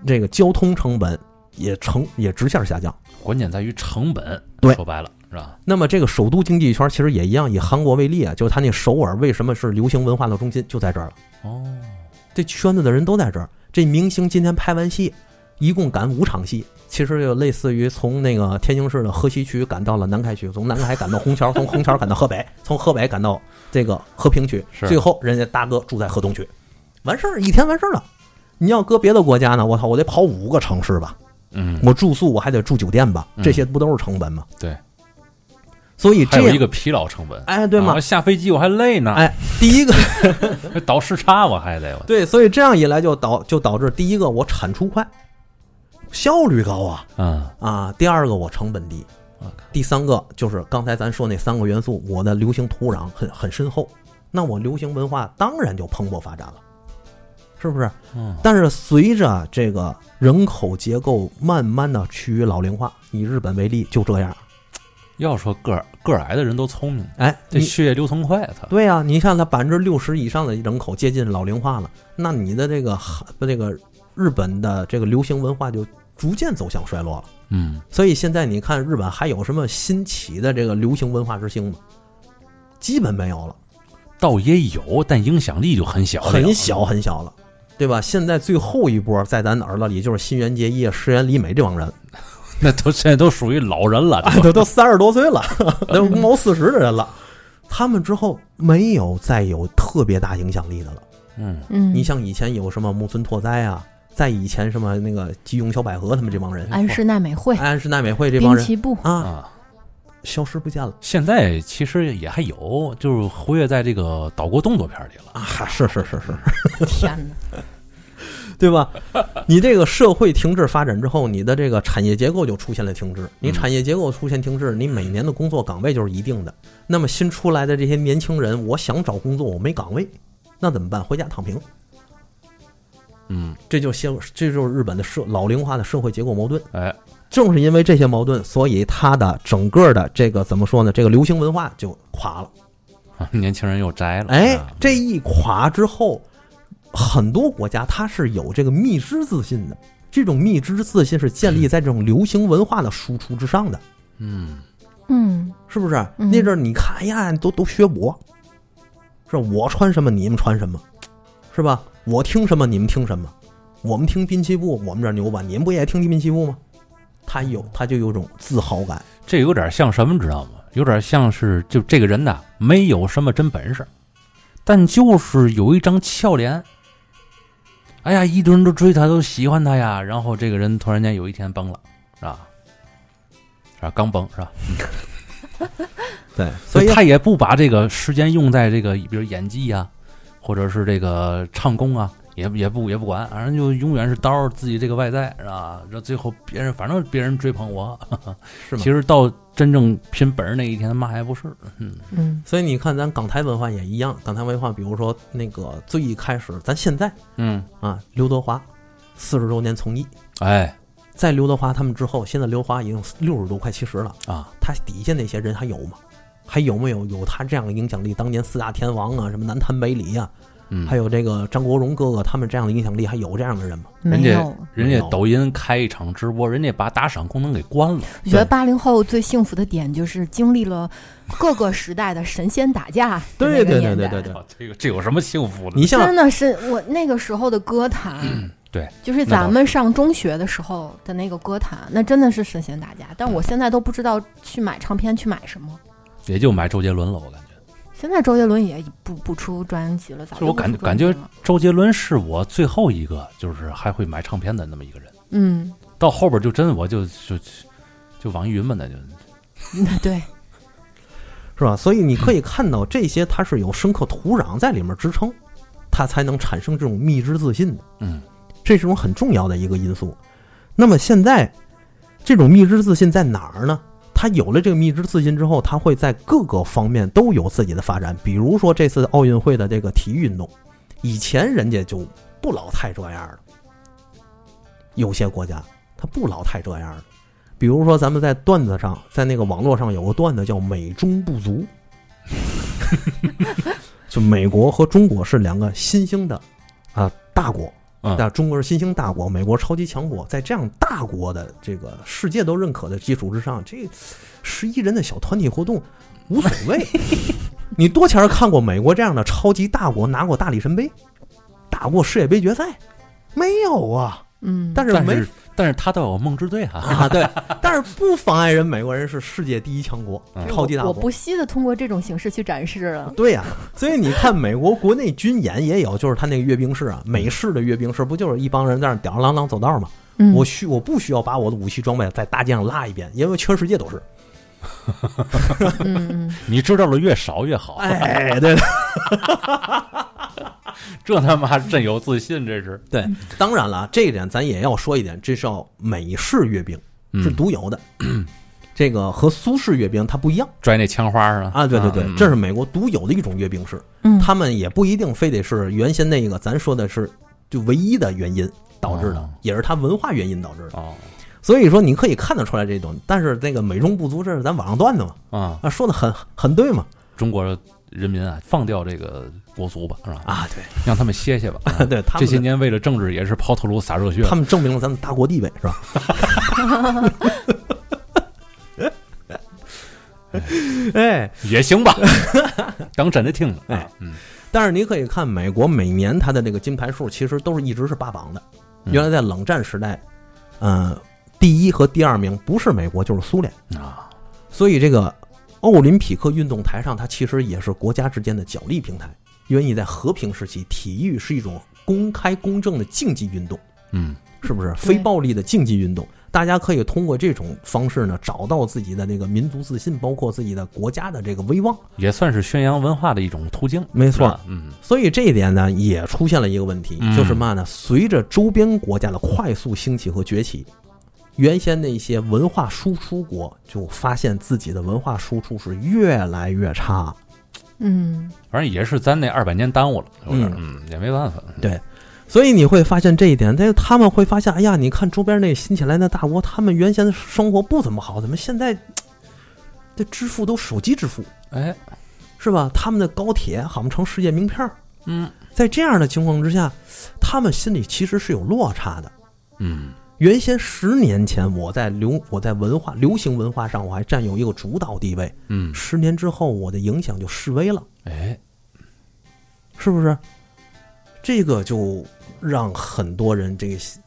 [SPEAKER 3] 这个交通成本也成也直线下降。
[SPEAKER 1] 关键在于成本。
[SPEAKER 3] 对
[SPEAKER 1] 说白了是吧？
[SPEAKER 3] 那么这个首都经济圈其实也一样，以韩国为例啊，就是它那首尔为什么是流行文化的中心，就在这儿了。
[SPEAKER 1] 哦，
[SPEAKER 3] 这圈子的人都在这儿。这明星今天拍完戏，一共赶五场戏，其实就类似于从那个天津市的河西区赶到了南开区，从南开赶到虹桥，从虹桥赶到河北，从河北赶到这个和平区，
[SPEAKER 1] 是
[SPEAKER 3] 最后人家大哥住在河东区，完事儿一天完事儿了。你要搁别的国家呢，我操，我得跑五个城市吧。
[SPEAKER 1] 嗯，
[SPEAKER 3] 我住宿我还得住酒店吧，
[SPEAKER 1] 嗯
[SPEAKER 3] 这些不都是成本吗？
[SPEAKER 1] 对，
[SPEAKER 3] 所以
[SPEAKER 1] 还
[SPEAKER 3] 这
[SPEAKER 1] 有一
[SPEAKER 3] 样，
[SPEAKER 1] 个疲劳成本，
[SPEAKER 3] 哎，对
[SPEAKER 1] 啊
[SPEAKER 3] 吗
[SPEAKER 1] 我？下飞机我还累呢，
[SPEAKER 3] 哎，第一个
[SPEAKER 1] 还倒时差我还得我。
[SPEAKER 3] 对，所以这样一来就导就导致第一个我产出快，效率高啊
[SPEAKER 1] 嗯，
[SPEAKER 3] 啊，第二个我成本低
[SPEAKER 1] 我，
[SPEAKER 3] 第三个就是刚才咱说那三个元素，我的流行土壤很很深厚，那我流行文化当然就蓬勃发展了，是不是？
[SPEAKER 1] 嗯
[SPEAKER 3] 但是随着这个人口结构慢慢的趋于老龄化，以日本为例就这样，
[SPEAKER 1] 要说个儿个儿矮的人都聪明，
[SPEAKER 3] 哎，
[SPEAKER 1] 这
[SPEAKER 3] 你
[SPEAKER 1] 血液流通快，他
[SPEAKER 3] 对呀、你看它百分之六十以上的人口接近老龄化了，那你的这个哈这个日本的这个流行文化就逐渐走向衰落了。
[SPEAKER 1] 嗯
[SPEAKER 3] 所以现在你看日本还有什么新奇的这个流行文化之星吗？基本没有了，
[SPEAKER 1] 倒也有，但影响力就很小了，
[SPEAKER 3] 很小很小哦了，对吧？现在最后一波在咱耳朵里就是新垣结衣、啊石原里美这帮人，
[SPEAKER 1] 那都现在都属于老人了。
[SPEAKER 3] 啊，都都三十多岁了，都五毛四十的人了。他们之后没有再有特别大影响力的了。
[SPEAKER 1] 嗯
[SPEAKER 2] 嗯，
[SPEAKER 3] 你像以前有什么木村拓哉啊，在以前什么那个吉永小百合他们这帮人，
[SPEAKER 2] 安室奈美惠、
[SPEAKER 3] 安室奈美哎惠这
[SPEAKER 2] 哎
[SPEAKER 3] 帮
[SPEAKER 2] 滨
[SPEAKER 3] 人
[SPEAKER 2] 崎 步，
[SPEAKER 3] 啊，
[SPEAKER 1] 啊，
[SPEAKER 3] 消失不见了
[SPEAKER 1] 现在其实也还有，就是活跃在这个岛国动作片里了。
[SPEAKER 3] 啊！是是是是是，
[SPEAKER 2] 天哪！
[SPEAKER 3] 对吧？你这个社会停滞发展之后，你的这个产业结构就出现了停滞。
[SPEAKER 2] 嗯
[SPEAKER 3] 你产业结构出现停滞，你每年的工作岗位就是一定的。那么新出来的这些年轻人，我想找工作，我没岗位，那怎么办？回家躺平。
[SPEAKER 1] 嗯，
[SPEAKER 3] 这就先，这就是日本的社老龄化的社会结构矛盾。
[SPEAKER 1] 哎，
[SPEAKER 3] 正是因为这些矛盾，所以它的整个的这个怎么说呢？这个流行文化就垮了。
[SPEAKER 1] 年轻人又宅了。
[SPEAKER 3] 哎
[SPEAKER 1] 啊，
[SPEAKER 3] 这一垮之后，很多国家它是有这个蜜汁自信的。这种蜜汁自信是建立在这种流行文化的输出之上的，
[SPEAKER 1] 嗯
[SPEAKER 2] 嗯
[SPEAKER 3] 是不是？
[SPEAKER 2] 嗯
[SPEAKER 3] 那阵儿你看，哎呀，都都学我，是吧我穿什么你们穿什么，是吧？我听什么你们听什么，我们听滨崎步，我们这儿牛吧？你们不也听滨崎步吗？他有，他就有种自豪感。
[SPEAKER 1] 这有点像什么，知道吗？有点像是就这个人呐，没有什么真本事，但就是有一张俏脸。哎呀，一堆人都追他，都喜欢他呀。然后这个人突然间有一天崩了，是吧？是吧？刚崩是吧？
[SPEAKER 3] 对，所以
[SPEAKER 1] 他也不把这个时间用在这个，比如演技呀、或者是这个唱功啊，也也不也不管，反正就永远是叨自己这个外在，是吧？这最后别人反正别人追捧我，
[SPEAKER 3] 是吗
[SPEAKER 1] 其？实到真正拼本事那一天，他妈还不是，嗯
[SPEAKER 2] 嗯
[SPEAKER 3] 所以你看，咱港台文化也一样。港台文化，比如说那个最一开始，咱现在
[SPEAKER 1] 嗯，
[SPEAKER 3] 啊，刘德华四十周年从艺，
[SPEAKER 1] 哎
[SPEAKER 3] 在刘德华他们之后，现在刘德华已经六十多快七十了，
[SPEAKER 1] 啊，
[SPEAKER 3] 他底下那些人还有吗？还有没有有他这样的影响力？当年四大天王啊，什么南坛北李啊，
[SPEAKER 1] 嗯，
[SPEAKER 3] 还有这个张国荣哥哥他们这样的影响力，还有这样的人吗？
[SPEAKER 1] 人
[SPEAKER 2] 没
[SPEAKER 1] 家
[SPEAKER 2] 有。
[SPEAKER 1] 人家抖音开一场直播，人家把打赏功能给关 了，
[SPEAKER 2] 我觉得
[SPEAKER 3] 对。
[SPEAKER 2] 八零后最幸福的点就是经历了各个时代的神仙打架
[SPEAKER 3] 对对对对对对，
[SPEAKER 1] 啊这个这有什么幸福的？
[SPEAKER 3] 你像
[SPEAKER 2] 真的是我那个时候的歌坛，
[SPEAKER 1] 嗯对，
[SPEAKER 2] 就是
[SPEAKER 1] 那倒
[SPEAKER 2] 咱们上中学的时候的那个歌坛，那真的是神仙打架。但
[SPEAKER 1] 嗯
[SPEAKER 2] 我现在都不知道去买唱片去买什么。
[SPEAKER 1] 也就买周杰伦了，我感觉。
[SPEAKER 2] 现在周杰伦也不不出专辑了，早
[SPEAKER 1] 就我
[SPEAKER 2] 不
[SPEAKER 1] 感
[SPEAKER 2] 出
[SPEAKER 1] 感
[SPEAKER 2] 专辑
[SPEAKER 1] 觉
[SPEAKER 2] 了
[SPEAKER 1] 周杰伦是我最后一个就是还会买唱片的那么一个人，
[SPEAKER 2] 嗯，
[SPEAKER 1] 到后边就真我就就就网易云吧，那就
[SPEAKER 2] 那对，
[SPEAKER 3] 是吧？所以你可以看到这些，它是有深刻土壤在里面支撑，它才能产生这种蜜汁自信的。
[SPEAKER 1] 嗯，
[SPEAKER 3] 这是种很重要的一个因素。那么现在，这种蜜汁自信在哪儿呢？它有了这个蜜汁自信之后，它会在各个方面都有自己的发展。比如说这次奥运会的这个体育运动，以前人家就不老太这样了，有些国家它不老太这样了。比如说，咱们在段子上，在那个网络上有个段子叫“美中不足”， 就美国和中国是两个新兴的啊大国，
[SPEAKER 1] 嗯
[SPEAKER 3] 那中国是新兴大国，美国超级强国，在这样大国的这个世界都认可的基础之上，这十一人的小团体活动无所 谓。你多前儿看过美国这样的超级大国拿过大力神杯，打过世界杯决赛没有啊？
[SPEAKER 2] 嗯，
[SPEAKER 3] 但是
[SPEAKER 1] 但
[SPEAKER 3] 没
[SPEAKER 1] 是但是他倒有梦之队哈、
[SPEAKER 3] 啊，对，但是不妨碍人美国人是世界第一强国
[SPEAKER 1] 嗯，
[SPEAKER 3] 超级大
[SPEAKER 2] 我
[SPEAKER 3] 国。
[SPEAKER 2] 不惜的通过这种形式去展示了。
[SPEAKER 3] 对呀、所以你看美国国内军演也有，就是他那个阅兵式啊，美式的阅兵式不就是一帮人在那儿吊儿郎当走道吗？
[SPEAKER 2] 嗯，
[SPEAKER 3] 我需我不需要把我的武器装备在大街上拉一遍，因为全世界都是。
[SPEAKER 2] 嗯嗯
[SPEAKER 1] 你知道的越少越好，
[SPEAKER 3] 哎，对
[SPEAKER 1] 这他妈真有自信，这是
[SPEAKER 3] 对， 当然了，这一点咱也要说一点，这是要美式阅兵
[SPEAKER 1] 嗯
[SPEAKER 3] 是独有 的，这个和苏式阅兵它不一样
[SPEAKER 1] 拽那枪花啊
[SPEAKER 3] 啊。对对对，
[SPEAKER 1] 嗯
[SPEAKER 3] 这是美国独有的一种阅兵式。
[SPEAKER 2] 嗯，
[SPEAKER 3] 他们也不一定非得是原先那个咱说的是就唯一的原因导致
[SPEAKER 1] 哦
[SPEAKER 3] 的，也是它文化原因导致的。
[SPEAKER 1] 哦
[SPEAKER 3] 所以说你可以看得出来这种，但是那个美中不足，这是咱网上段子嘛，
[SPEAKER 1] 啊
[SPEAKER 3] 啊，说的很很对嘛。
[SPEAKER 1] 中国人民啊，放掉这个国足吧，是吧？
[SPEAKER 3] 啊，对，
[SPEAKER 1] 让他们歇歇吧。啊
[SPEAKER 3] 对他
[SPEAKER 1] 这
[SPEAKER 3] 们
[SPEAKER 1] 些年为了政治也是抛头颅洒热血啊
[SPEAKER 3] 他，们证明了咱们大国地位，是吧？ 哎，
[SPEAKER 1] 也行吧， 当真的听了。
[SPEAKER 3] 哎，
[SPEAKER 1] 嗯，
[SPEAKER 3] 但是你可以看美国每年它的这个金牌数，其实都是一直是霸榜的。
[SPEAKER 1] 嗯
[SPEAKER 3] 原来在冷战时代，嗯，第一和第二名不是美国就是苏联，
[SPEAKER 1] 啊，
[SPEAKER 3] 所以这个奥林匹克运动台上，它其实也是国家之间的角力平台。因为你在和平时期，体育是一种公开公正的竞技运动，
[SPEAKER 1] 嗯，
[SPEAKER 3] 是不是？非暴力的竞技运动，大家可以通过这种方式呢，找到自己的那个民族自信，包括自己的国家的这个威望。啊
[SPEAKER 1] 也算是宣扬文化的一种途径。
[SPEAKER 3] 没
[SPEAKER 1] 是吧，嗯，
[SPEAKER 3] 所以这一点呢，也出现了一个问题，
[SPEAKER 1] 嗯
[SPEAKER 3] 就是嘛呢？随着周边国家的快速兴起和崛起，原先那些文化输出国就发现自己的文化输出是越来越差。
[SPEAKER 2] 嗯
[SPEAKER 1] 反正也是咱那二百年耽误了，有点
[SPEAKER 3] 嗯
[SPEAKER 1] 嗯，也没办法。
[SPEAKER 3] 对所以你会发现这一点，但是他们会发现，哎呀，你看周边那新起来的大国，他们原先的生活不怎么好，怎么现在嘖这支付都手机支付
[SPEAKER 1] 哎，
[SPEAKER 3] 是吧？他们的高铁好像成世界名片儿。
[SPEAKER 1] 嗯
[SPEAKER 3] 在这样的情况之下，他们心里其实是有落差的。
[SPEAKER 1] 嗯
[SPEAKER 3] 原先十年前，我在流我在文化流行文化上，我还占有一个主导地位。
[SPEAKER 1] 嗯，
[SPEAKER 3] 十年之后，我的影响就示威了，
[SPEAKER 1] 哎，
[SPEAKER 3] 是不是？这个就让很多人这个心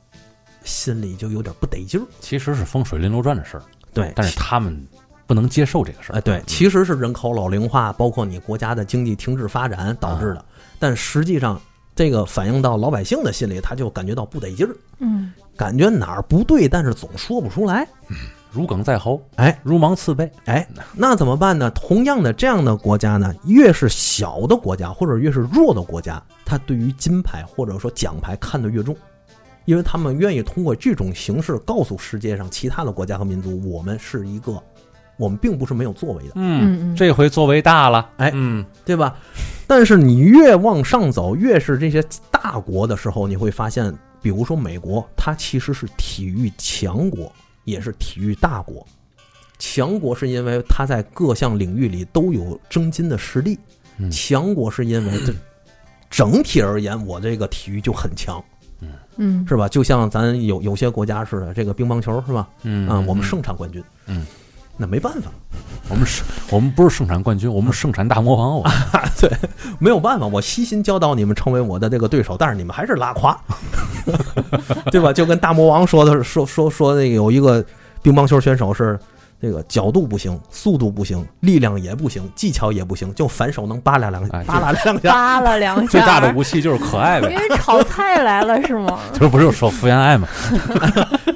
[SPEAKER 3] 心里就有点不得劲儿。
[SPEAKER 1] 其实是风水轮流转的事儿，
[SPEAKER 3] 对，
[SPEAKER 1] 但是他嗯们不能接受这个事
[SPEAKER 3] 哎，
[SPEAKER 1] 儿。
[SPEAKER 3] 对，其实是人口老龄化，包括你国家的经济停滞发展导致
[SPEAKER 1] 啊
[SPEAKER 3] 的。但实际上，这个反映到老百姓的心里，他就感觉到不得劲儿，
[SPEAKER 2] 嗯
[SPEAKER 3] 感觉哪儿不对，但是总说不出来。
[SPEAKER 1] 如鲠在喉，
[SPEAKER 3] 哎，
[SPEAKER 1] 如芒刺背。
[SPEAKER 3] 哎，那怎么办呢？同样的，这样的国家呢，越是小的国家或者越是弱的国家，他对于金牌或者说奖牌看得越重，因为他们愿意通过这种形式告诉世界上其他的国家和民族，我们是一个，我们并不是没有作为的，
[SPEAKER 2] 嗯嗯
[SPEAKER 1] 这回作为大了，
[SPEAKER 3] 哎
[SPEAKER 1] 嗯，
[SPEAKER 3] 对吧？但是你越往上走，越是这些大国的时候，你会发现，比如说美国，它其实是体育强国，也是体育大国。强国是因为它在各项领域里都有争金的实力，
[SPEAKER 1] 嗯
[SPEAKER 3] 强国是因为这整体而言，我这个体育就很强，
[SPEAKER 2] 嗯
[SPEAKER 3] 是吧？就像咱有有些国家似的，这个乒乓球是吧？
[SPEAKER 1] 嗯
[SPEAKER 3] 啊，我
[SPEAKER 1] 嗯
[SPEAKER 3] 们盛产冠军，
[SPEAKER 1] 嗯，
[SPEAKER 3] 那没办法，
[SPEAKER 1] 我们是，我们不是盛产冠军，我们盛产大魔王。我
[SPEAKER 3] 没有办法，我悉心教导你们成为我的这个对手，但是你们还是拉胯， 对吧？就跟大魔王说的是说说说那个有一个乒乓球选手是那个角度不行，速度不行，力量也不行，技巧也不行，就反手能扒拉两
[SPEAKER 1] 哎
[SPEAKER 3] 扒拉两下。
[SPEAKER 2] 扒拉两下，
[SPEAKER 1] 最大的武器就是可爱
[SPEAKER 2] 因
[SPEAKER 1] 呗，
[SPEAKER 2] 为炒菜来了是 吗？
[SPEAKER 1] 这不是说福原爱吗？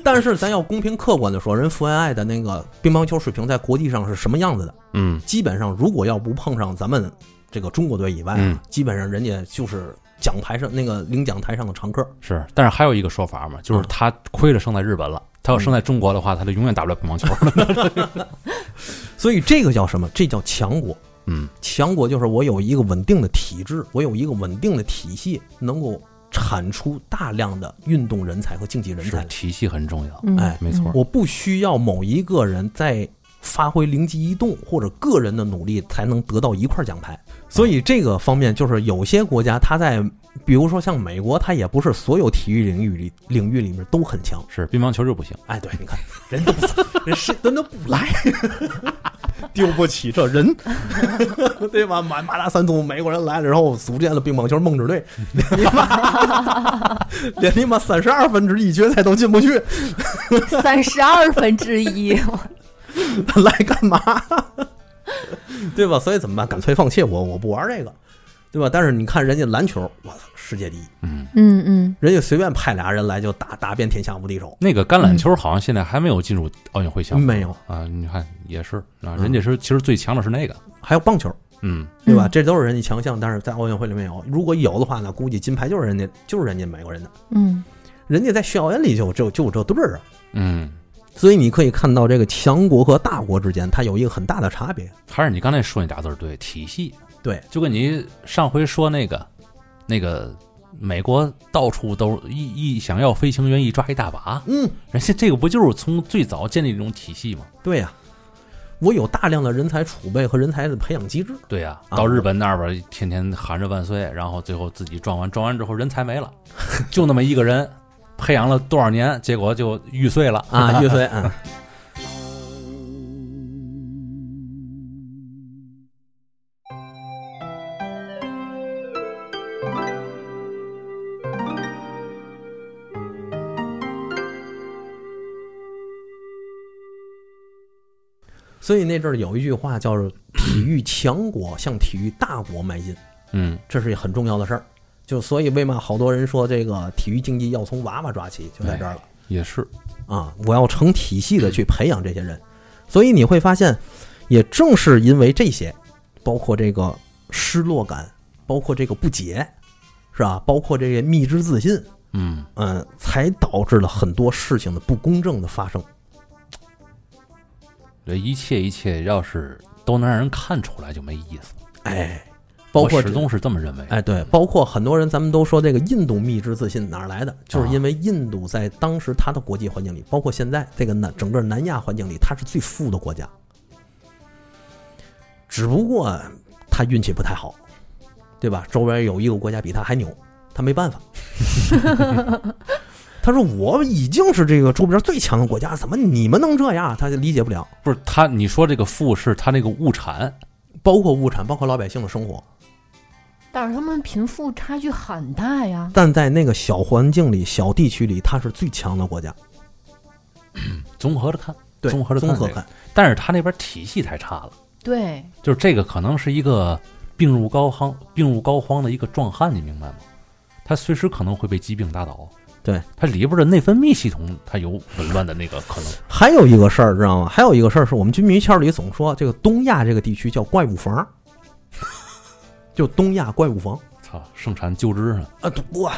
[SPEAKER 3] 但是咱要公平客观的说，人福原爱的那个乒乓球水平在国际上是什么样子的？
[SPEAKER 1] 嗯
[SPEAKER 3] 基本上如果要不碰上咱们这个中国队以外，
[SPEAKER 1] 嗯，
[SPEAKER 3] 基本上人家就是讲台上那个领奖台上的常客。
[SPEAKER 1] 是，但是还有一个说法嘛，就是他亏了生在日本了，他要生在中国的话，他就永远打不了乒乓球了。
[SPEAKER 3] 所以这个叫什么？这叫强国。
[SPEAKER 1] 嗯
[SPEAKER 3] 强国就是我有一个稳定的体制，我有一个稳定的体系，能够产出大量的运动人才和竞技人
[SPEAKER 1] 嗯是
[SPEAKER 3] 才。
[SPEAKER 1] 体系很重要。
[SPEAKER 2] 嗯
[SPEAKER 3] 哎
[SPEAKER 1] 没错
[SPEAKER 3] 我不需要某一个人在发挥灵机一动或者个人的努力才能得到一块奖牌。所以这个方面就是有些国家，它在比如说像美国，它也不是所有体育领域里领域里面都很强。
[SPEAKER 1] 是乒乓球就不行，
[SPEAKER 3] 哎，对，你看人都不在，人是人都不来， 丢不起这人， 对吧？马马拉三足，美国人来了，然后组建了乒乓球梦之 队，连你妈连你妈三十二分之一决赛都进不去，
[SPEAKER 2] 嗯三十二分之一，
[SPEAKER 3] 来干嘛？ 对吧？所以怎么办？干脆放弃，我我不玩这个，对吧？但是你看人家篮球，我操，世界第一，
[SPEAKER 1] 嗯，
[SPEAKER 2] 嗯嗯，
[SPEAKER 3] 人家随便派俩人来就打打遍天下无敌手，
[SPEAKER 1] 那个橄榄球好像现在还没有进入奥运会项目
[SPEAKER 3] 没有，
[SPEAKER 1] 啊。你看也是啊，
[SPEAKER 3] 嗯
[SPEAKER 1] 人家是其实最强的是那个，
[SPEAKER 3] 还有棒球。
[SPEAKER 1] 嗯，
[SPEAKER 3] 对吧？
[SPEAKER 2] 嗯
[SPEAKER 3] 这都是人家强项，但是在奥运会里没有。如果有的话呢，估计金牌就是人家就是人家美国人的，
[SPEAKER 2] 嗯
[SPEAKER 3] 人家在校园里就就就这对儿啊。
[SPEAKER 1] 嗯，
[SPEAKER 3] 所以你可以看到，这个强国和大国之间，它有一个很大的差别。
[SPEAKER 1] 还是你刚才说那俩字儿对，体系。
[SPEAKER 3] 对，
[SPEAKER 1] 就跟你上回说那个，那个美国到处都一一想要飞行员一抓一大把，
[SPEAKER 3] 嗯，
[SPEAKER 1] 人家这个不就是从最早建立这种体系吗？
[SPEAKER 3] 对呀、我有大量的人才储备和人才的培养机制。
[SPEAKER 1] 对呀、
[SPEAKER 3] 啊
[SPEAKER 1] 到日本那儿边儿天天喊着万岁，然后最后自己撞完，撞完之后人才没了， 就那么一个人，培养了多少年，结果就玉碎了
[SPEAKER 3] 啊，岳飞，嗯，所以那阵儿有一句话叫做“体育强国向体育大国迈进”，
[SPEAKER 1] 嗯，
[SPEAKER 3] 这是一很重要的事儿。就所以为嘛好多人说这个体育竞技要从娃娃抓起，就在这儿了。
[SPEAKER 1] 也是，
[SPEAKER 3] 啊，我要成体系的去培养这些人。所以你会发现，也正是因为这些，包括这个失落感，包括这个不解，是吧？包括这些迷之自信，
[SPEAKER 1] 嗯，
[SPEAKER 3] 嗯，才导致了很多事情的不公正的发生。
[SPEAKER 1] 这一切一切要是都能让人看出来就没意思，
[SPEAKER 3] 哎，包括
[SPEAKER 1] 我始终是这么认为，
[SPEAKER 3] 哎，对，包括很多人，咱们都说这个印度密之自信哪儿来的，就是因为印度在当时它的国际环境里，包括现在这个南整个南亚环境里，它是最富的国家，只不过它运气不太好，对吧？周边有一个国家比它还牛，它没办法。 他说：“我已经是这个周边最强的国家，怎么你们能这样？他就理解不了，
[SPEAKER 1] 不是他，你说这个富是他那个物产，
[SPEAKER 3] 包括物产，包括老百姓的生活。
[SPEAKER 2] 但是他们贫富差距很大呀。
[SPEAKER 3] 但在那个小环境里、小地区里，它是最强的国家。
[SPEAKER 1] 综合着看，
[SPEAKER 3] 对，
[SPEAKER 1] 综合着看
[SPEAKER 3] 综合
[SPEAKER 1] 这个
[SPEAKER 3] 看，
[SPEAKER 1] 但是他那边体系太差了，
[SPEAKER 2] 对，
[SPEAKER 1] 就是这个可能是一个病入膏肓、病入膏肓的一个壮汉，你明白吗？他随时可能会被疾病打倒。
[SPEAKER 3] 对，
[SPEAKER 1] 他里边的内分泌系统，它有紊乱的那个可能。
[SPEAKER 3] 还有一个事儿，知道吗？还有一个事儿是我们军迷圈里总说，这个东亚这个地区叫怪物房， 就东亚怪物房
[SPEAKER 1] 操，盛产旧知识，
[SPEAKER 3] 啊，哇，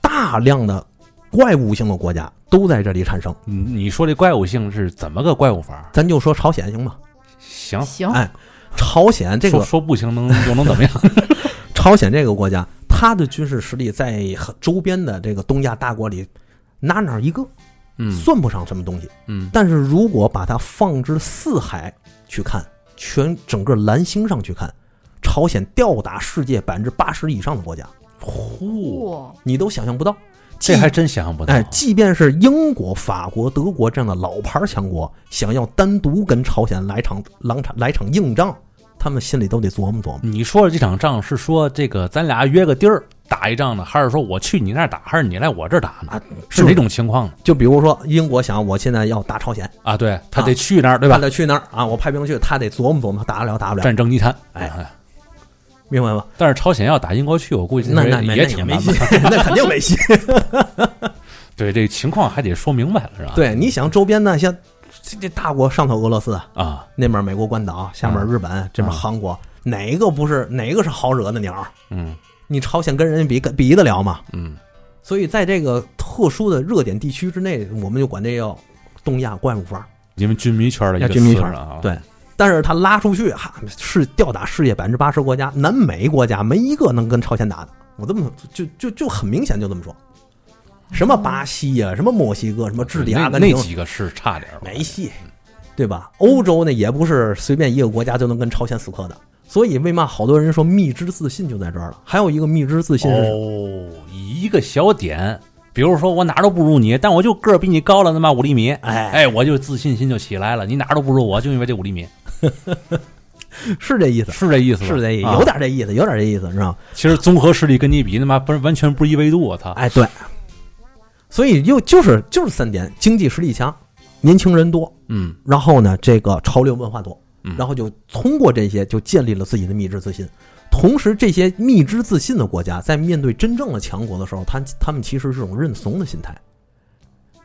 [SPEAKER 3] 大量的怪物性的国家都在这里产生。
[SPEAKER 1] 你你说这怪物性是怎么个怪物法儿？
[SPEAKER 3] 咱就说朝鲜行吗？
[SPEAKER 1] 行，
[SPEAKER 2] 行，
[SPEAKER 3] 哎朝鲜这
[SPEAKER 1] 说
[SPEAKER 3] 个
[SPEAKER 1] 说不行能又能怎 么样？
[SPEAKER 3] 朝鲜这个国家，它的军事实力在很周边的这个东亚大国里，哪哪一个
[SPEAKER 1] 嗯
[SPEAKER 3] 算不上什么东西。
[SPEAKER 1] 嗯，
[SPEAKER 3] 但是如果把它放之四海去看，全整个蓝星上去看，朝鲜吊打世界百分之八十以上的国家，
[SPEAKER 1] 嚯，
[SPEAKER 2] 哇，
[SPEAKER 3] 你都想象不到。
[SPEAKER 1] 这
[SPEAKER 3] 即
[SPEAKER 1] 还真想象不到。啊
[SPEAKER 3] 哎，即便是英国、法国、德国这样的老牌强国，想要单独跟朝鲜来场狼场来场硬仗，他们心里都得琢磨琢磨。
[SPEAKER 1] 你说的这场仗是说这个咱俩约个地儿打一仗呢，还是说我去你那儿打，还是你来我这儿打呢？
[SPEAKER 3] 啊
[SPEAKER 1] 嗯是哪种情况呢？
[SPEAKER 3] 就比如说，英国想我现在要打朝鲜，
[SPEAKER 1] 啊，对他
[SPEAKER 3] 啊
[SPEAKER 1] 得去那儿，对
[SPEAKER 3] 他
[SPEAKER 1] 吧？
[SPEAKER 3] 得去那儿啊，我派兵去，他得琢磨琢磨，打得了打不了，
[SPEAKER 1] 战争泥潭，
[SPEAKER 3] 哎
[SPEAKER 1] 啊，
[SPEAKER 3] 明白吗？
[SPEAKER 1] 但是朝鲜要打英国去，我估计
[SPEAKER 3] 那那那
[SPEAKER 1] 也
[SPEAKER 3] 也
[SPEAKER 1] 挺
[SPEAKER 3] 没
[SPEAKER 1] 难
[SPEAKER 3] 戏
[SPEAKER 1] 的。，
[SPEAKER 3] 那肯定没 戏。
[SPEAKER 1] 对，这情况还得说明白了，是吧？
[SPEAKER 3] 对，你想周边那些这这大国，上头俄罗斯，
[SPEAKER 1] 啊，
[SPEAKER 3] 那边美国关岛，下面日
[SPEAKER 1] 嗯
[SPEAKER 3] 本，这边韩国，哪个不是哪个是好惹的鸟？
[SPEAKER 1] 嗯
[SPEAKER 3] 你朝鲜跟人家比跟比得了吗？
[SPEAKER 1] 嗯，
[SPEAKER 3] 所以在这个特殊的热点地区之内，我们就管这叫东亚怪物范儿。
[SPEAKER 1] 你们军迷圈的一个
[SPEAKER 3] 要军迷
[SPEAKER 1] 词
[SPEAKER 3] 圈
[SPEAKER 1] 儿啊，
[SPEAKER 3] 对但是他拉出去，哈，是吊打世界百分之八十国家，南美国家没一个能跟朝鲜打的。我这么就就就很明显，就这么说。什么巴西呀、什么墨西哥，什么智利、
[SPEAKER 1] 那
[SPEAKER 3] 阿根
[SPEAKER 1] 那
[SPEAKER 3] 廷，
[SPEAKER 1] 几个是差点儿吧
[SPEAKER 3] 没戏，对吧？欧洲呢也不是随便一个国家就能跟朝鲜死磕的，所以为嘛好多人说蜜之自信就在这儿了？还有一个蜜之自信是，
[SPEAKER 1] 哦，一个小点，比如说我哪儿都不如你，但我就个儿比你高了那么五厘米，
[SPEAKER 3] 哎
[SPEAKER 1] 哎，我就自信心就起来了，你哪儿都不如我，就因为这五厘米，
[SPEAKER 3] 是这意思，
[SPEAKER 1] 是这意思吧？
[SPEAKER 3] 是这意思，
[SPEAKER 1] 啊
[SPEAKER 3] 有。点这意思，有点这意思，知道吗？
[SPEAKER 1] 其实综合实力跟你比，他妈不是完全不是一维度，我操！
[SPEAKER 3] 哎，对，所以又就是就是三点：经济实力强，年轻人多，
[SPEAKER 1] 嗯
[SPEAKER 3] 然后呢，这个潮流文化多
[SPEAKER 1] 嗯，
[SPEAKER 3] 然后就通过这些就建立了自己的蜜之自信。同时，这些蜜之自信的国家，在面对真正的强国的时候，他他们其实是种认怂的心态。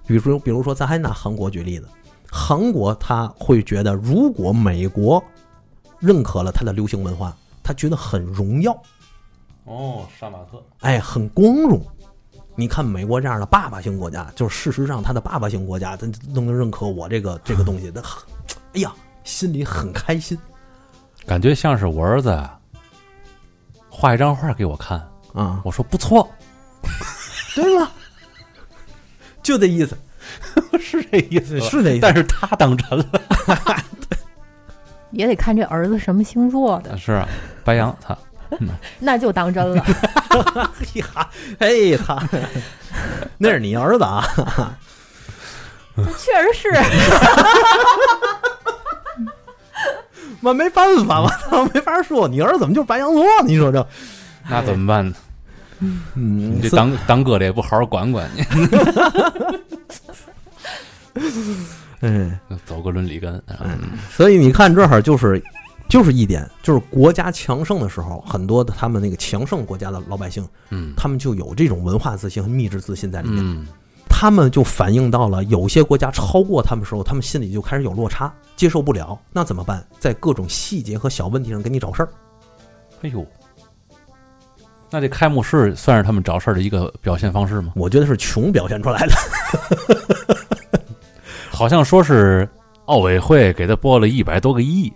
[SPEAKER 3] 比如说，比如说，咱还拿韩国举例子，韩国他会觉得，如果美国认可了他的流行文化，他觉得很荣耀，
[SPEAKER 1] 哦，杀马特，
[SPEAKER 3] 哎，很光荣。你看美国这样的爸爸型国家，就是事实上他的爸爸型国家，他都能认可我这个这个东西，他很，哎呀，心里很开心
[SPEAKER 1] 感觉像是我儿子啊画一张画给我看，
[SPEAKER 3] 啊，
[SPEAKER 1] 我说不错，
[SPEAKER 3] 对吗？就这意思，
[SPEAKER 1] 是这意思吧
[SPEAKER 3] 是这意思。
[SPEAKER 1] 但是他当真了，
[SPEAKER 2] 也得看这儿子什么星座的，
[SPEAKER 1] 是啊，白羊，他
[SPEAKER 2] 那就当 真了。
[SPEAKER 3] 嘿哈，嘿哈，哎 那是你儿子啊，
[SPEAKER 2] 确实是，，
[SPEAKER 3] 我没办法，我操，没法说，你儿子怎么就是白羊座？啊你说这，
[SPEAKER 1] 那怎么办呢？
[SPEAKER 3] 嗯
[SPEAKER 1] 你这当当哥的也不好好管管你，
[SPEAKER 3] 嗯，
[SPEAKER 1] 走个伦理根。嗯
[SPEAKER 3] 所以你看，这会儿就是就是一点，就是国家强盛的时候，很多的他们那个强盛国家的老百姓，
[SPEAKER 1] 嗯
[SPEAKER 3] 他们就有这种文化自信和密制自信在里面，
[SPEAKER 1] 嗯
[SPEAKER 3] 他们就反映到了有些国家超过他们时候，他们心里就开始有落差，接受不了，那怎么办？在各种细节和小问题上给你找事儿。
[SPEAKER 1] 哎呦，那这开幕式算是他们找事儿的一个表现方式吗？
[SPEAKER 3] 我觉得是穷表现 出来的，
[SPEAKER 1] 好像说是奥委会给他拨了一百多个亿，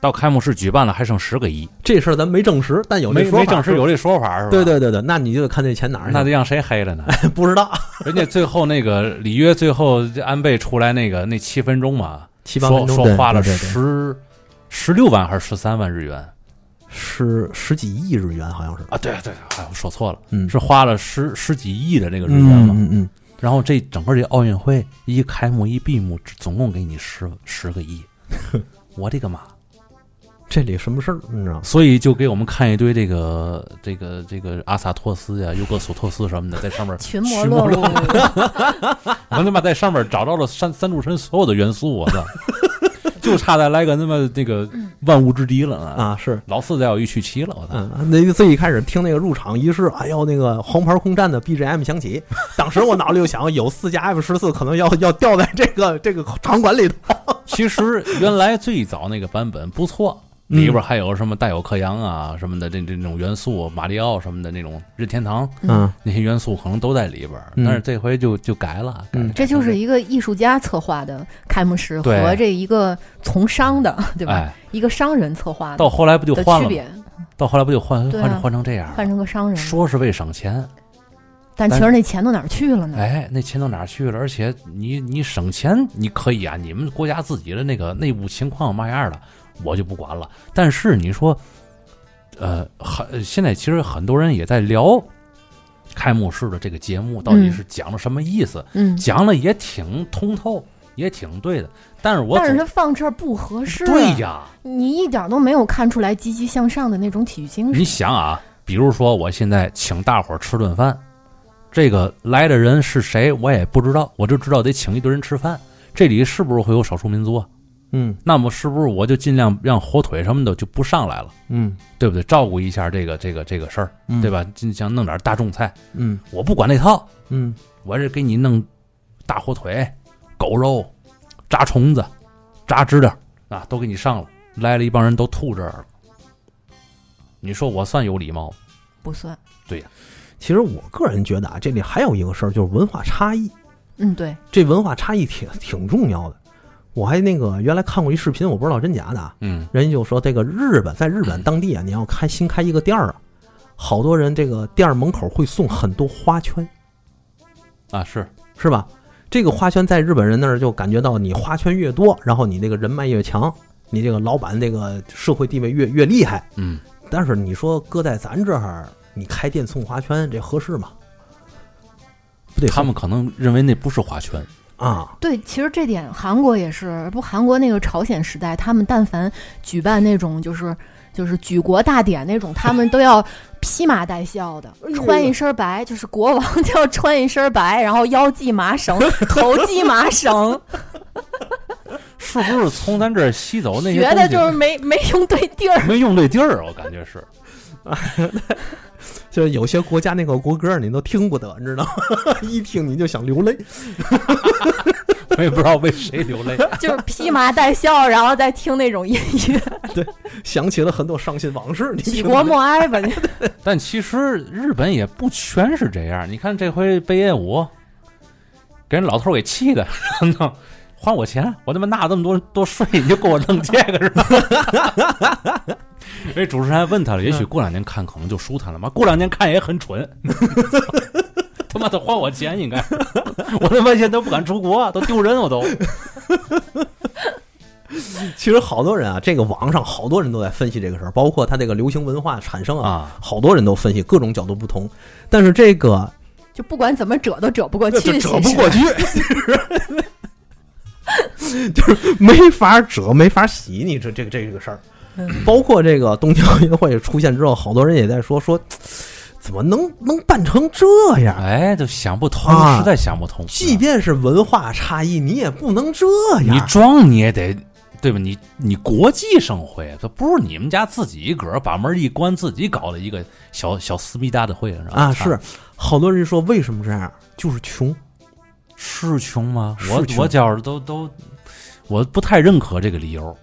[SPEAKER 1] 到开幕式举办了还剩十个亿，
[SPEAKER 3] 这事儿咱没证实，但有这
[SPEAKER 1] 没
[SPEAKER 3] 说法
[SPEAKER 1] 没证实有这说法是吧？
[SPEAKER 3] 对。对对对，那你就得看这钱哪儿去
[SPEAKER 1] 那得
[SPEAKER 3] 了，
[SPEAKER 1] 让谁黑 了呢？
[SPEAKER 3] 那不知道
[SPEAKER 1] 人家最后那个里约最后这安倍出来那个那七分钟嘛，
[SPEAKER 3] 七八分
[SPEAKER 1] 说
[SPEAKER 3] 钟
[SPEAKER 1] 说花了
[SPEAKER 3] 对对对对
[SPEAKER 1] 十十六万还是十三万日元
[SPEAKER 3] 十十几亿日元，好像是，
[SPEAKER 1] 啊？对对，哎，我说错了，
[SPEAKER 3] 嗯，
[SPEAKER 1] 是花了十十几亿的那个日元
[SPEAKER 3] 嗯
[SPEAKER 1] 嘛。
[SPEAKER 3] 嗯嗯，
[SPEAKER 1] 然后这整个这奥运会一开幕一闭幕，总共给你十十个 亿，我的个妈！
[SPEAKER 3] 这里什么事儿你知道吗？
[SPEAKER 1] 所以就给我们看一堆这个这个这个阿萨托斯呀、尤格索托斯什么的，在上面
[SPEAKER 2] 群魔
[SPEAKER 1] 群魔
[SPEAKER 2] 乱舞，
[SPEAKER 1] 我他妈在上面找到了三三柱神所有的元素，我操！ 就差再来个他妈那个
[SPEAKER 2] 嗯
[SPEAKER 1] 万物之敌了啊！
[SPEAKER 3] 啊，是。
[SPEAKER 1] 老四再有一去七了，我操！
[SPEAKER 3] 嗯，那最一开始听那个入场仪式，哎呦，那个黄牌空战的 BGM 响起，当时我脑子里就想，有四架 F 十四可能要要掉在这个这个场馆里头。
[SPEAKER 1] 其实原来最早那个版本不错，
[SPEAKER 3] 嗯
[SPEAKER 1] 里边还有什么带有克洋啊什么的这这种元素，马里奥什么的那种任天堂
[SPEAKER 3] 嗯，
[SPEAKER 1] 那些元素可能都在里边儿，
[SPEAKER 3] 嗯
[SPEAKER 1] 但是这回就就改了，改
[SPEAKER 3] 嗯
[SPEAKER 2] 这就是一个艺术家策划的开幕式
[SPEAKER 1] 对
[SPEAKER 2] 和这一个从商的，对吧？
[SPEAKER 1] 哎，
[SPEAKER 2] 一个商人策划的
[SPEAKER 1] 到后来不就
[SPEAKER 2] 的
[SPEAKER 1] 换
[SPEAKER 2] 区
[SPEAKER 1] 了吗？
[SPEAKER 2] 别，
[SPEAKER 1] 到后来不就换
[SPEAKER 2] 对啊
[SPEAKER 1] 换成换成这样了？
[SPEAKER 2] 换成个商人，
[SPEAKER 1] 说是为省钱，
[SPEAKER 2] 但其实那钱都哪儿去了呢？
[SPEAKER 1] 哎，那钱到哪儿去了？而且你你省钱，你可以啊，你们国家自己的那个内部情况嘛样的，我就不管了。但是你说，呃，很现在其实很多人也在聊开幕式的这个节目到底
[SPEAKER 2] 嗯
[SPEAKER 1] 是讲了什么意思，
[SPEAKER 2] 嗯，
[SPEAKER 1] 讲了也挺通透，也挺对的。但是我
[SPEAKER 2] 但是
[SPEAKER 1] 总
[SPEAKER 2] 他放这儿不合适、啊。
[SPEAKER 1] 对呀，
[SPEAKER 2] 你一点都没有看出来积极向上的那种体育精神。
[SPEAKER 1] 你想啊，比如说我现在请大伙儿吃顿饭，这个来的人是谁我也不知道，我就知道得请一堆人吃饭。这里是不是会有少数民族啊？
[SPEAKER 3] 嗯
[SPEAKER 1] 那么是不是我就尽量让火腿什么的就不上来了，
[SPEAKER 3] 嗯，
[SPEAKER 1] 对不对？照顾一下这个这个这个事儿，
[SPEAKER 3] 嗯
[SPEAKER 1] 对？吧？尽想弄点大众菜，
[SPEAKER 3] 嗯
[SPEAKER 1] 我不管那套，
[SPEAKER 3] 嗯
[SPEAKER 1] 我这给你弄大火腿、狗肉、炸虫子、炸知了啊，都给你上了。来了一帮人都吐这儿了，你说我算有礼貌吗？
[SPEAKER 2] 不算，
[SPEAKER 3] 其实我个人觉得啊，这里还有一个事儿，就是文化差异。
[SPEAKER 2] 嗯，对，
[SPEAKER 3] 这文化差异挺挺重要的。我还那个原来看过一视频，我不知道真假的，啊。
[SPEAKER 1] 嗯，
[SPEAKER 3] 人家就说这个日本在日本当地啊，你要开新开一个店儿啊，好多人这个店儿门口会送很多花圈，
[SPEAKER 1] 啊，是
[SPEAKER 3] 是吧？这个花圈在日本人那儿就感觉到你花圈越多，然后你那个人脉越强，你这个老板这个社会地位越越厉害。
[SPEAKER 1] 嗯，
[SPEAKER 3] 但是你说搁在咱这儿，你开店送花圈，这合适吗？不得送
[SPEAKER 1] 他们可能认为那不是花圈，
[SPEAKER 3] 啊，
[SPEAKER 2] 对，其实这点韩国也是，不，韩国那个朝鲜时代，他们但凡举办那种就是就是举国大典那种，他们都要披麻戴孝的，
[SPEAKER 1] 哎
[SPEAKER 2] 穿一身白，就是国王 就要穿一身白，然后腰系麻 绳，头系麻绳，
[SPEAKER 1] 是不是从咱这儿吸走哦那些
[SPEAKER 2] 学
[SPEAKER 1] 东
[SPEAKER 2] 的
[SPEAKER 1] 西？
[SPEAKER 2] 就是没没用对地儿。
[SPEAKER 1] 没用对地儿，我感觉是。
[SPEAKER 3] 就是有些国家那个国歌你都听不得，你知道吗？ 一听你就想流泪。
[SPEAKER 1] 我也不知道为谁流泪。
[SPEAKER 2] 就是披麻戴孝，然后再听那种音乐，
[SPEAKER 3] 想起了很多伤心往事。你
[SPEAKER 2] 举
[SPEAKER 3] 听
[SPEAKER 2] 国
[SPEAKER 3] 过
[SPEAKER 2] 默哀吧。
[SPEAKER 1] 但其实日本也不全是这样，你看这回贝叶舞，给人老头儿给气的，还我钱！我他妈纳这么多多税，你就给我弄这个是吧？ 那主持人还问他了，也许过两年看可能就舒坦了嘛，过两年看也很蠢。 他妈的还我钱应该，我他妈现在都不敢出国，都丢人我都。
[SPEAKER 3] 其实好多人啊，这个网上好多人都在分析这个事儿，包括它这个流行文化产生啊，
[SPEAKER 1] 啊，
[SPEAKER 3] 好多人都分析各种角度不同。但是这个
[SPEAKER 2] 就不管怎么折都折不过
[SPEAKER 3] 这
[SPEAKER 2] 去，
[SPEAKER 3] 折
[SPEAKER 2] 其
[SPEAKER 3] 不
[SPEAKER 1] 啊
[SPEAKER 2] 实
[SPEAKER 3] 过去，就是 没法折，没法洗你这这个这个事儿
[SPEAKER 2] 嗯。
[SPEAKER 3] 包括这个东京奥运会出现之后，好多人也在说说，怎么能能办成这样？
[SPEAKER 1] 哎，就想不通，
[SPEAKER 3] 啊
[SPEAKER 1] 实在想不通。
[SPEAKER 3] 即便是文化差异，你也不能这
[SPEAKER 1] 你
[SPEAKER 3] 样。
[SPEAKER 1] 装你也得对吧？你你国际盛会，这不是你们家自己一个儿把门一关自己搞的一个小小思密达的会是吧
[SPEAKER 3] 啊，是好多人说为什么这样？就是穷。
[SPEAKER 1] 是穷吗？
[SPEAKER 3] 是
[SPEAKER 1] 我
[SPEAKER 3] 穷
[SPEAKER 1] 我觉着都都，我不太认可这个理由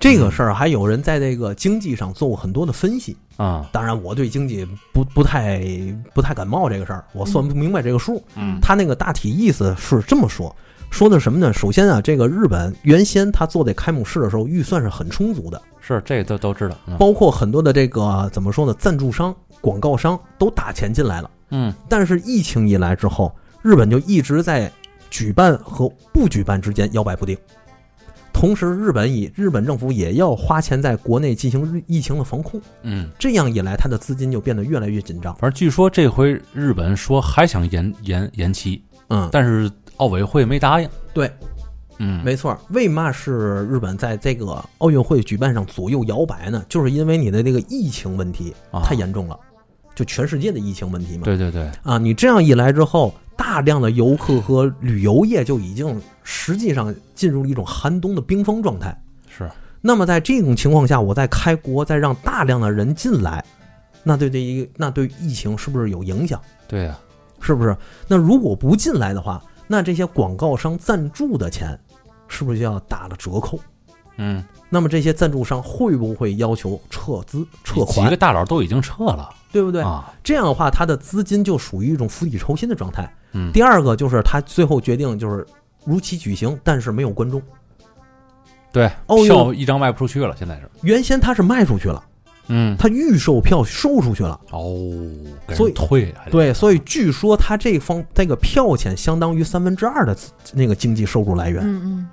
[SPEAKER 3] 这个事儿还有人在这个经济上做过很多的分析。
[SPEAKER 1] 啊。
[SPEAKER 3] 当然，我对经济不不太不太感冒这个事儿，我算不明白这个数。
[SPEAKER 1] 嗯
[SPEAKER 3] 他那个大体意思是这么说，说的什么呢？首先啊，这个日本原先他做这开幕式的时候，预算是很充足的，
[SPEAKER 1] 是这个都都知道。嗯
[SPEAKER 3] 包括很多的这个怎么说呢，赞助商、广告商都打钱进来了。
[SPEAKER 1] 嗯
[SPEAKER 3] 但是疫情一来之后，日本就一直在举办和不举办之间摇摆不定。同时，日本以日本政府也要花钱在国内进行日疫情的防控，
[SPEAKER 1] 嗯，
[SPEAKER 3] 这样一来，它的资金就变得越来越紧张。
[SPEAKER 1] 反正据说这回日本说还想延延延期，
[SPEAKER 3] 嗯，
[SPEAKER 1] 但是奥委会没答应。
[SPEAKER 3] 对，
[SPEAKER 1] 嗯，
[SPEAKER 3] 没错，为嘛是日本在这个奥运会举办上左右摇摆呢？就是因为你的这个疫情问题
[SPEAKER 1] 啊
[SPEAKER 3] 太严重了，就全世界的疫情问题嘛。
[SPEAKER 1] 对对对，
[SPEAKER 3] 啊，你这样一来之后，大量的游客和旅游业就已经实际上进入了一种寒冬的冰封状态。
[SPEAKER 1] 是
[SPEAKER 3] 那么在这种情况下，我再开国，再让大量的人进来，那对这一那对疫情是不是有影响？
[SPEAKER 1] 对呀、
[SPEAKER 3] 是不是？那如果不进来的话，那这些广告商赞助的钱是不是就要打了折扣？
[SPEAKER 1] 嗯，
[SPEAKER 3] 那么这些赞助商会不会要求撤资撤
[SPEAKER 1] 几个
[SPEAKER 3] 款，
[SPEAKER 1] 大佬都已经撤了，
[SPEAKER 3] 对不对？
[SPEAKER 1] 啊，
[SPEAKER 3] 这样的话，他的资金就属于一种釜底抽薪的状态。
[SPEAKER 1] 嗯，
[SPEAKER 3] 第二个就是他最后决定就是如期举行，但是没有观众。
[SPEAKER 1] 对，
[SPEAKER 3] 奥运
[SPEAKER 1] 票一张卖不出去了，现在是，
[SPEAKER 3] 原先他是卖出去了，
[SPEAKER 1] 嗯，
[SPEAKER 3] 他预售票售出去了，
[SPEAKER 1] 哦，给人
[SPEAKER 3] 所以
[SPEAKER 1] 退还得
[SPEAKER 3] 对，所以据说他这方这个票钱相当于三分之二的资那个经济收入来源。
[SPEAKER 2] 嗯嗯，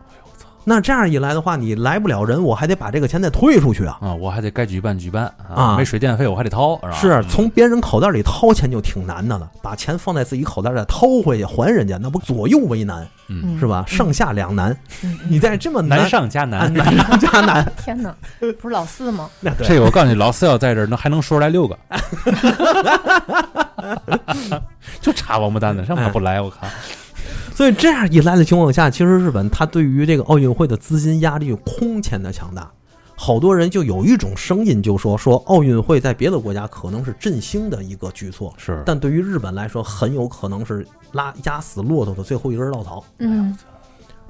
[SPEAKER 3] 那这样一来的话，你来不了人，我还得把这个钱再退出去啊。
[SPEAKER 1] 啊，我还得该举办举办
[SPEAKER 3] 啊
[SPEAKER 1] 没水电费我还得掏，啊嗯吧
[SPEAKER 3] 是从别人口袋里掏钱就挺难的了，把钱放在自己口袋再掏回去还人家，那不左右为难
[SPEAKER 1] 嗯，
[SPEAKER 3] 是吧？
[SPEAKER 2] 嗯
[SPEAKER 3] 上下两难，
[SPEAKER 2] 嗯嗯
[SPEAKER 3] 你在这么
[SPEAKER 1] 难
[SPEAKER 3] 难
[SPEAKER 1] 上加
[SPEAKER 3] 啊
[SPEAKER 1] 难。
[SPEAKER 3] 难上加难，
[SPEAKER 2] 天哪，不是老四吗？
[SPEAKER 3] 那对
[SPEAKER 1] 这个我告诉你，老四要在这儿，那还能说出来 六个，就差王八蛋的，上哪不来？我看，
[SPEAKER 3] 所以这样一来的情况下，其实日本它对于这个奥运会的资金压力空前的强大。好多人就有一种声音，就说说奥运会在别的国家可能是振兴的一个举措，
[SPEAKER 1] 是
[SPEAKER 3] 但对于日本来说，很有可能是拉压死骆驼的最后一根稻草。
[SPEAKER 1] 哎
[SPEAKER 2] 嗯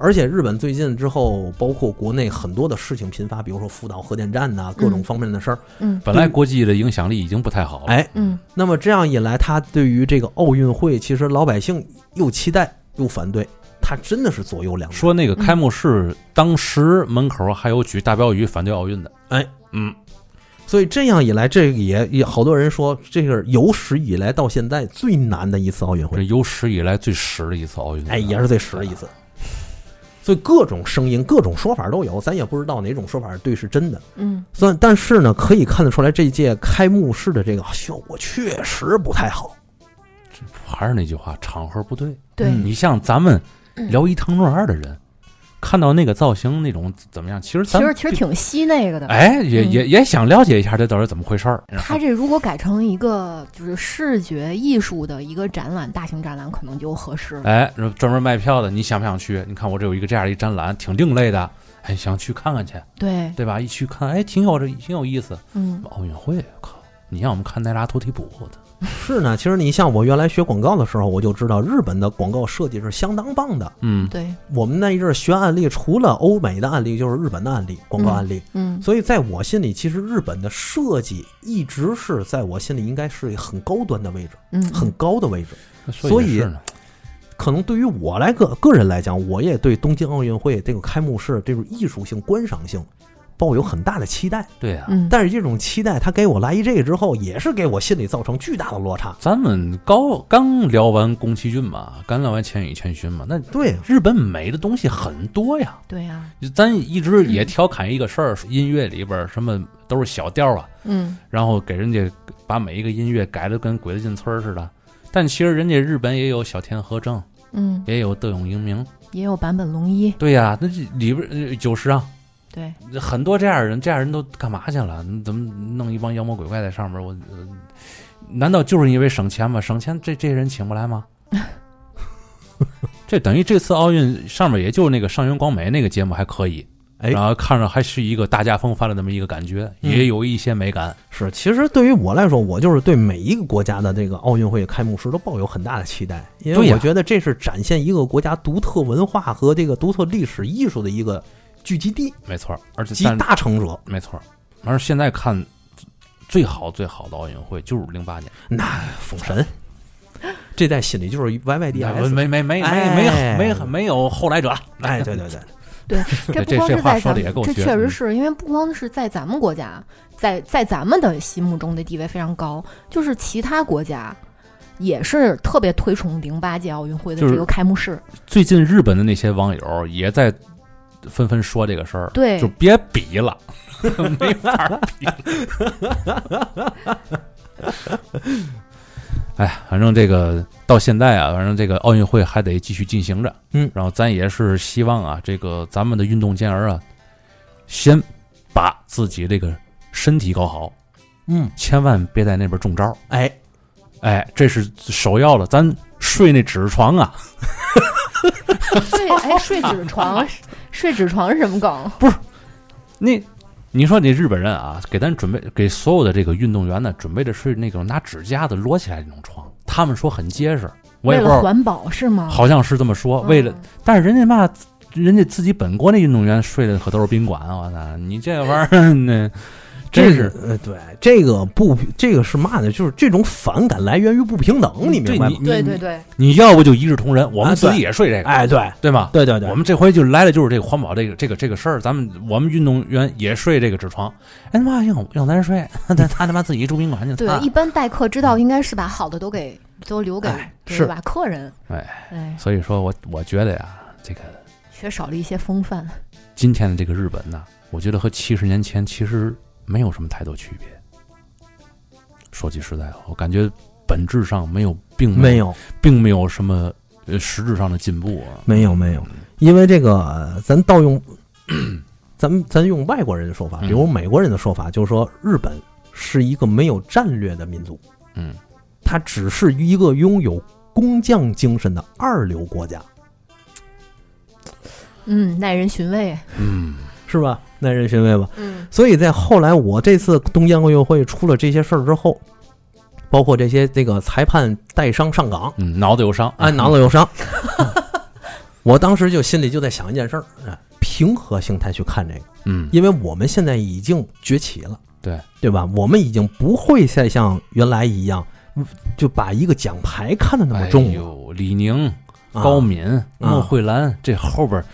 [SPEAKER 3] 而且日本最近之后，包括国内很多的事情频发，比如说福岛核电站呐、各种
[SPEAKER 2] 嗯
[SPEAKER 3] 方面的事儿。
[SPEAKER 2] 嗯
[SPEAKER 1] 本来国际的影响力已经不太好了，
[SPEAKER 3] 哎，
[SPEAKER 2] 嗯
[SPEAKER 3] 那么这样一来，他对于这个奥运会，其实老百姓又期待又反对，他真的是左右两难。
[SPEAKER 1] 说那个开幕式，当时门口还有举大标语反对奥运的，
[SPEAKER 3] 哎，
[SPEAKER 1] 嗯，
[SPEAKER 3] 所以这样一来，这个也也好多人说，这个有史以来到现在最难的一次奥运
[SPEAKER 1] 这
[SPEAKER 3] 会，
[SPEAKER 1] 有史以来最实的一次奥运会，
[SPEAKER 3] 哎，也是最实的一次。所以各种声音、各种说法都有，咱也不知道哪种说法对是真的。
[SPEAKER 2] 嗯
[SPEAKER 3] 算，但是呢，可以看得出来，这届开幕式的这个啊效果确实不太好。
[SPEAKER 1] 还是那句话，场合不对。
[SPEAKER 2] 对
[SPEAKER 3] 嗯
[SPEAKER 1] 你像咱们
[SPEAKER 2] 嗯
[SPEAKER 1] 聊伊藤润二的人，看到那个造型那种怎么样？其实
[SPEAKER 2] 其
[SPEAKER 1] 咱
[SPEAKER 2] 实其实挺吸那个的。
[SPEAKER 1] 哎，也
[SPEAKER 2] 嗯
[SPEAKER 1] 也也想了解一下这到底怎么回事儿。
[SPEAKER 2] 它这如果改成一个就是视觉艺术的一个展览，大型展览可能就合适了。
[SPEAKER 1] 哎，然后专门卖票的，你想不想去？你看我这有一个这样一展览，挺另类的，哎，想去看看去，
[SPEAKER 2] 对，
[SPEAKER 1] 对吧？一去看，哎，挺有这挺有意思。
[SPEAKER 2] 嗯
[SPEAKER 1] 奥运会，我靠！你让我们看奈拉托提补的，
[SPEAKER 3] 是呢，其实你像我原来学广告的时候，我就知道日本的广告设计是相当棒的。
[SPEAKER 1] 嗯，
[SPEAKER 2] 对，
[SPEAKER 3] 我们那一阵儿学案例，除了欧美的案例，就是日本的案例，广告案例。
[SPEAKER 2] 嗯
[SPEAKER 3] 所以在我心里，其实日本的设计一直是在我心里应该是很高端的位置，
[SPEAKER 2] 嗯，
[SPEAKER 3] 很高的位置。
[SPEAKER 1] 嗯所也是呢
[SPEAKER 3] 可能对于我来个个人来讲，我也对东京奥运会这个开幕式这种艺术性、观赏性抱有很大的期待，
[SPEAKER 1] 对呀、
[SPEAKER 2] 嗯，
[SPEAKER 3] 但是这种期待他给我来一这个之后，也是给我心里造成巨大的落差。
[SPEAKER 1] 咱们高刚聊完宫崎骏嘛，刚聊完千与千寻嘛，那
[SPEAKER 3] 对，
[SPEAKER 1] 日本美的东西很多呀。
[SPEAKER 2] 对啊呀，
[SPEAKER 1] 就咱一直也调侃一个事儿，音乐里边儿什么都是小调啊，
[SPEAKER 2] 嗯，
[SPEAKER 1] 然后给人家把每一个音乐改的跟鬼子进村儿似的。但其实人家日本也有小田和正，
[SPEAKER 2] 嗯，
[SPEAKER 1] 也有德永英明，
[SPEAKER 2] 也有坂本龙一，
[SPEAKER 1] 对呀、那这里边呃久石啊，
[SPEAKER 2] 对，
[SPEAKER 1] 很多这样的人，这样人都干嘛去了？你怎么弄一帮妖魔鬼怪在上面？我、呃难道就是因为省钱吗？省钱这这些人请不来吗？ 这等于这次奥运上面也就那个上元光美那个节目还可以，
[SPEAKER 3] 哎
[SPEAKER 1] 然后看着还是一个大家风范的那么一个感觉，
[SPEAKER 3] 嗯
[SPEAKER 1] 也有一些美感。
[SPEAKER 3] 是，其实对于我来说，我就是对每一个国家的这个奥运会开幕式都抱有很大的期待，因
[SPEAKER 1] 对
[SPEAKER 3] 为
[SPEAKER 1] 呀
[SPEAKER 3] 我觉得这是展现一个国家独特文化和这个独特历史艺术的一个聚集地
[SPEAKER 1] 没错儿，而且
[SPEAKER 3] 集
[SPEAKER 1] 但
[SPEAKER 3] 大成者。
[SPEAKER 1] 没错儿，而现在看最好最好的奥运会就是零八年，
[SPEAKER 3] 那封神，这在心里就是 Y Y D
[SPEAKER 1] 没
[SPEAKER 3] S。
[SPEAKER 1] 没没没
[SPEAKER 3] 哎
[SPEAKER 1] 没没没没有后来者了。
[SPEAKER 3] 哎，对对对，
[SPEAKER 1] 对
[SPEAKER 2] 不
[SPEAKER 1] 这
[SPEAKER 2] 光
[SPEAKER 1] 这
[SPEAKER 2] 是
[SPEAKER 1] 话
[SPEAKER 2] 在
[SPEAKER 1] 说
[SPEAKER 2] 咱
[SPEAKER 1] 的
[SPEAKER 2] 们
[SPEAKER 1] 也够，
[SPEAKER 2] 这
[SPEAKER 1] 绝
[SPEAKER 2] 确实
[SPEAKER 1] 嗯
[SPEAKER 2] 是因为不光是在咱们国家，在在咱们的心目中的地位非常高，就是其他国家也是特别推崇零八届奥运会的
[SPEAKER 1] 就
[SPEAKER 2] 这
[SPEAKER 1] 是
[SPEAKER 2] 个开幕式，
[SPEAKER 1] 最近日本的那些网友也在纷纷说这个事儿，
[SPEAKER 2] 对
[SPEAKER 1] 就别比了，没法儿比。 哎，反正这个到现在啊，反正这个奥运会还得继续进行着。
[SPEAKER 3] 嗯
[SPEAKER 1] 然后咱也是希望啊，这个咱们的运动健儿啊，先把自己这个身体搞好，
[SPEAKER 3] 嗯，
[SPEAKER 1] 千万别在那边中招儿。
[SPEAKER 3] 哎，
[SPEAKER 1] 哎，这是首要的。咱睡那纸床啊，
[SPEAKER 2] 睡 哎睡纸床，睡纸床是什么梗？
[SPEAKER 1] 那你说这日本人啊，给咱准备给所有的这个运动员呢，准备的是那种拿纸夹子摞起来的那种床，他们说很结实，我
[SPEAKER 2] 为
[SPEAKER 1] 也不知
[SPEAKER 2] 了
[SPEAKER 1] 道，
[SPEAKER 2] 环保是吗？
[SPEAKER 1] 好像是这么说。
[SPEAKER 2] 嗯，
[SPEAKER 1] 为了，但是人家嘛，人家自己本国那运动员睡的可都是宾馆，我操，你这玩意儿 呢，真是。
[SPEAKER 3] 呃，对，这个不，这个是嘛呢？就是这种反感来源于不平等，你明白
[SPEAKER 1] 对
[SPEAKER 3] 吗
[SPEAKER 1] 你？你
[SPEAKER 2] 对对对，
[SPEAKER 1] 你要不就一视同仁，我们
[SPEAKER 3] 啊
[SPEAKER 1] 自
[SPEAKER 3] 对
[SPEAKER 1] 己也睡这个，
[SPEAKER 3] 哎，对，
[SPEAKER 1] 对吗？
[SPEAKER 3] 对对对，
[SPEAKER 1] 我们这回就来的就是这个环保这个这个这个事儿，咱们我们运动员也睡这个纸床，哎他妈让让咱睡， 他他他妈自己住宾馆去，
[SPEAKER 2] 对
[SPEAKER 1] 他
[SPEAKER 2] 一般待客之道应该是把好的都给都留给
[SPEAKER 3] 哎
[SPEAKER 2] 对
[SPEAKER 3] 是
[SPEAKER 2] 吧客人，
[SPEAKER 1] 哎
[SPEAKER 2] 哎，
[SPEAKER 1] 所以说我我觉得呀，这个
[SPEAKER 2] 缺少了一些风范，
[SPEAKER 1] 今天的这个日本呢，我觉得和七十年前其实没有什么太多区别。说句实在话，我感觉本质上没有，并
[SPEAKER 3] 没
[SPEAKER 1] 有，
[SPEAKER 3] 有，
[SPEAKER 1] 并没有什么呃实质上的进步啊。
[SPEAKER 3] 没有，没有，因为这个，呃咱盗用，咱们咱用外国人的说法，比如美国人的说法，就是说日本是一个没有战略的民族，
[SPEAKER 1] 嗯，
[SPEAKER 3] 它只是一个拥有工匠精神的二流国家，
[SPEAKER 2] 嗯，耐人寻味，
[SPEAKER 1] 嗯，
[SPEAKER 3] 是吧？耐人寻味吧。
[SPEAKER 2] 嗯
[SPEAKER 3] 所以在后来，我这次东京奥运会出了这些事儿之后，包括这些这个裁判带伤上岗，
[SPEAKER 1] 嗯，脑子有伤，
[SPEAKER 3] 哎，脑子有伤，我当时就心里就在想一件事儿，哎平和心态去看这个，
[SPEAKER 1] 嗯，嗯，
[SPEAKER 3] 因为我们现在已经崛起了，
[SPEAKER 1] 对
[SPEAKER 3] 对吧？我们已经不会再像原来一样，就把一个奖牌看得那么重
[SPEAKER 1] 哎
[SPEAKER 3] 了。
[SPEAKER 1] 呦，李宁、
[SPEAKER 3] 啊
[SPEAKER 1] 高，敏、孟慧兰这后边儿，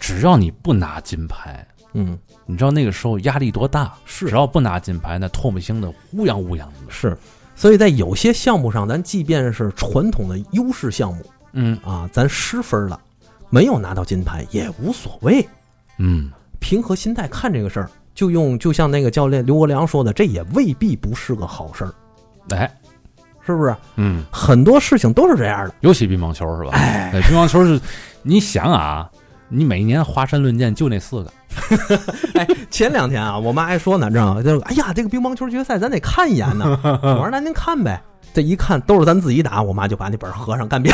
[SPEAKER 1] 只要你不拿金牌，
[SPEAKER 3] 嗯，
[SPEAKER 1] 你知道那个时候压力多大？只
[SPEAKER 3] 是
[SPEAKER 1] 要不拿金牌，那唾沫星子乌泱乌泱的。
[SPEAKER 3] 是。所以在有些项目上，咱即便是传统的优势项目
[SPEAKER 1] 嗯
[SPEAKER 3] 啊，咱失分了，没有拿到金牌也无所谓，
[SPEAKER 1] 嗯，
[SPEAKER 3] 平和心态看这个事儿。就用就像那个教练刘国梁说的，这也未必不是个好事儿，
[SPEAKER 1] 哎，
[SPEAKER 3] 是不是？
[SPEAKER 1] 嗯，
[SPEAKER 3] 很多事情都是这样的。
[SPEAKER 1] 尤其乒乓球是吧？哎，乒乓球是，你想啊，你每年华山论剑就那四个，
[SPEAKER 3] 前两天啊，我妈还说呢，知道吗？就是哎呀，这个乒乓球决赛咱得看一眼呢。我说那您看呗。这一看都是咱自己打，我妈就把那本合上，干别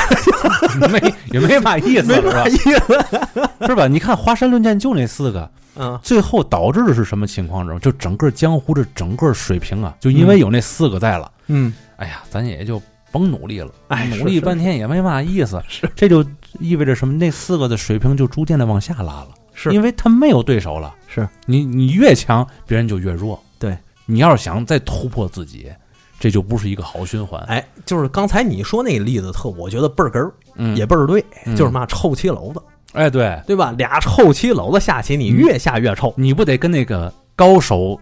[SPEAKER 3] 的
[SPEAKER 1] 没也没嘛意思，
[SPEAKER 3] 没
[SPEAKER 1] 是
[SPEAKER 3] 嘛
[SPEAKER 1] 吧？
[SPEAKER 3] 意思。
[SPEAKER 1] 是吧？你看华山论剑就那四个，
[SPEAKER 3] 嗯，
[SPEAKER 1] 最后导致的是什么情况？知道吗就整个江湖这整个水平啊，就因为有那四个在了，
[SPEAKER 3] 嗯，
[SPEAKER 1] 哎呀，咱也就甭努力了，
[SPEAKER 3] 哎
[SPEAKER 1] 努力
[SPEAKER 3] 是
[SPEAKER 1] 半天也没嘛意思，是这就意味着什么？那四个的水平就逐渐的往下拉了，
[SPEAKER 3] 是
[SPEAKER 1] 因为他没有对手了，
[SPEAKER 3] 是
[SPEAKER 1] 你你越强，别人就越弱，
[SPEAKER 3] 对，
[SPEAKER 1] 你要是想再突破自己，这就不是一个好循环，
[SPEAKER 3] 哎，就是刚才你说那个例子特，我觉得倍儿哏儿，
[SPEAKER 1] 嗯，
[SPEAKER 3] 也倍儿对，
[SPEAKER 1] 嗯
[SPEAKER 3] 就是嘛臭棋篓子。
[SPEAKER 1] 哎，对，
[SPEAKER 3] 对吧？俩臭棋篓子下棋，你越下越臭。
[SPEAKER 1] 你不得跟那个高手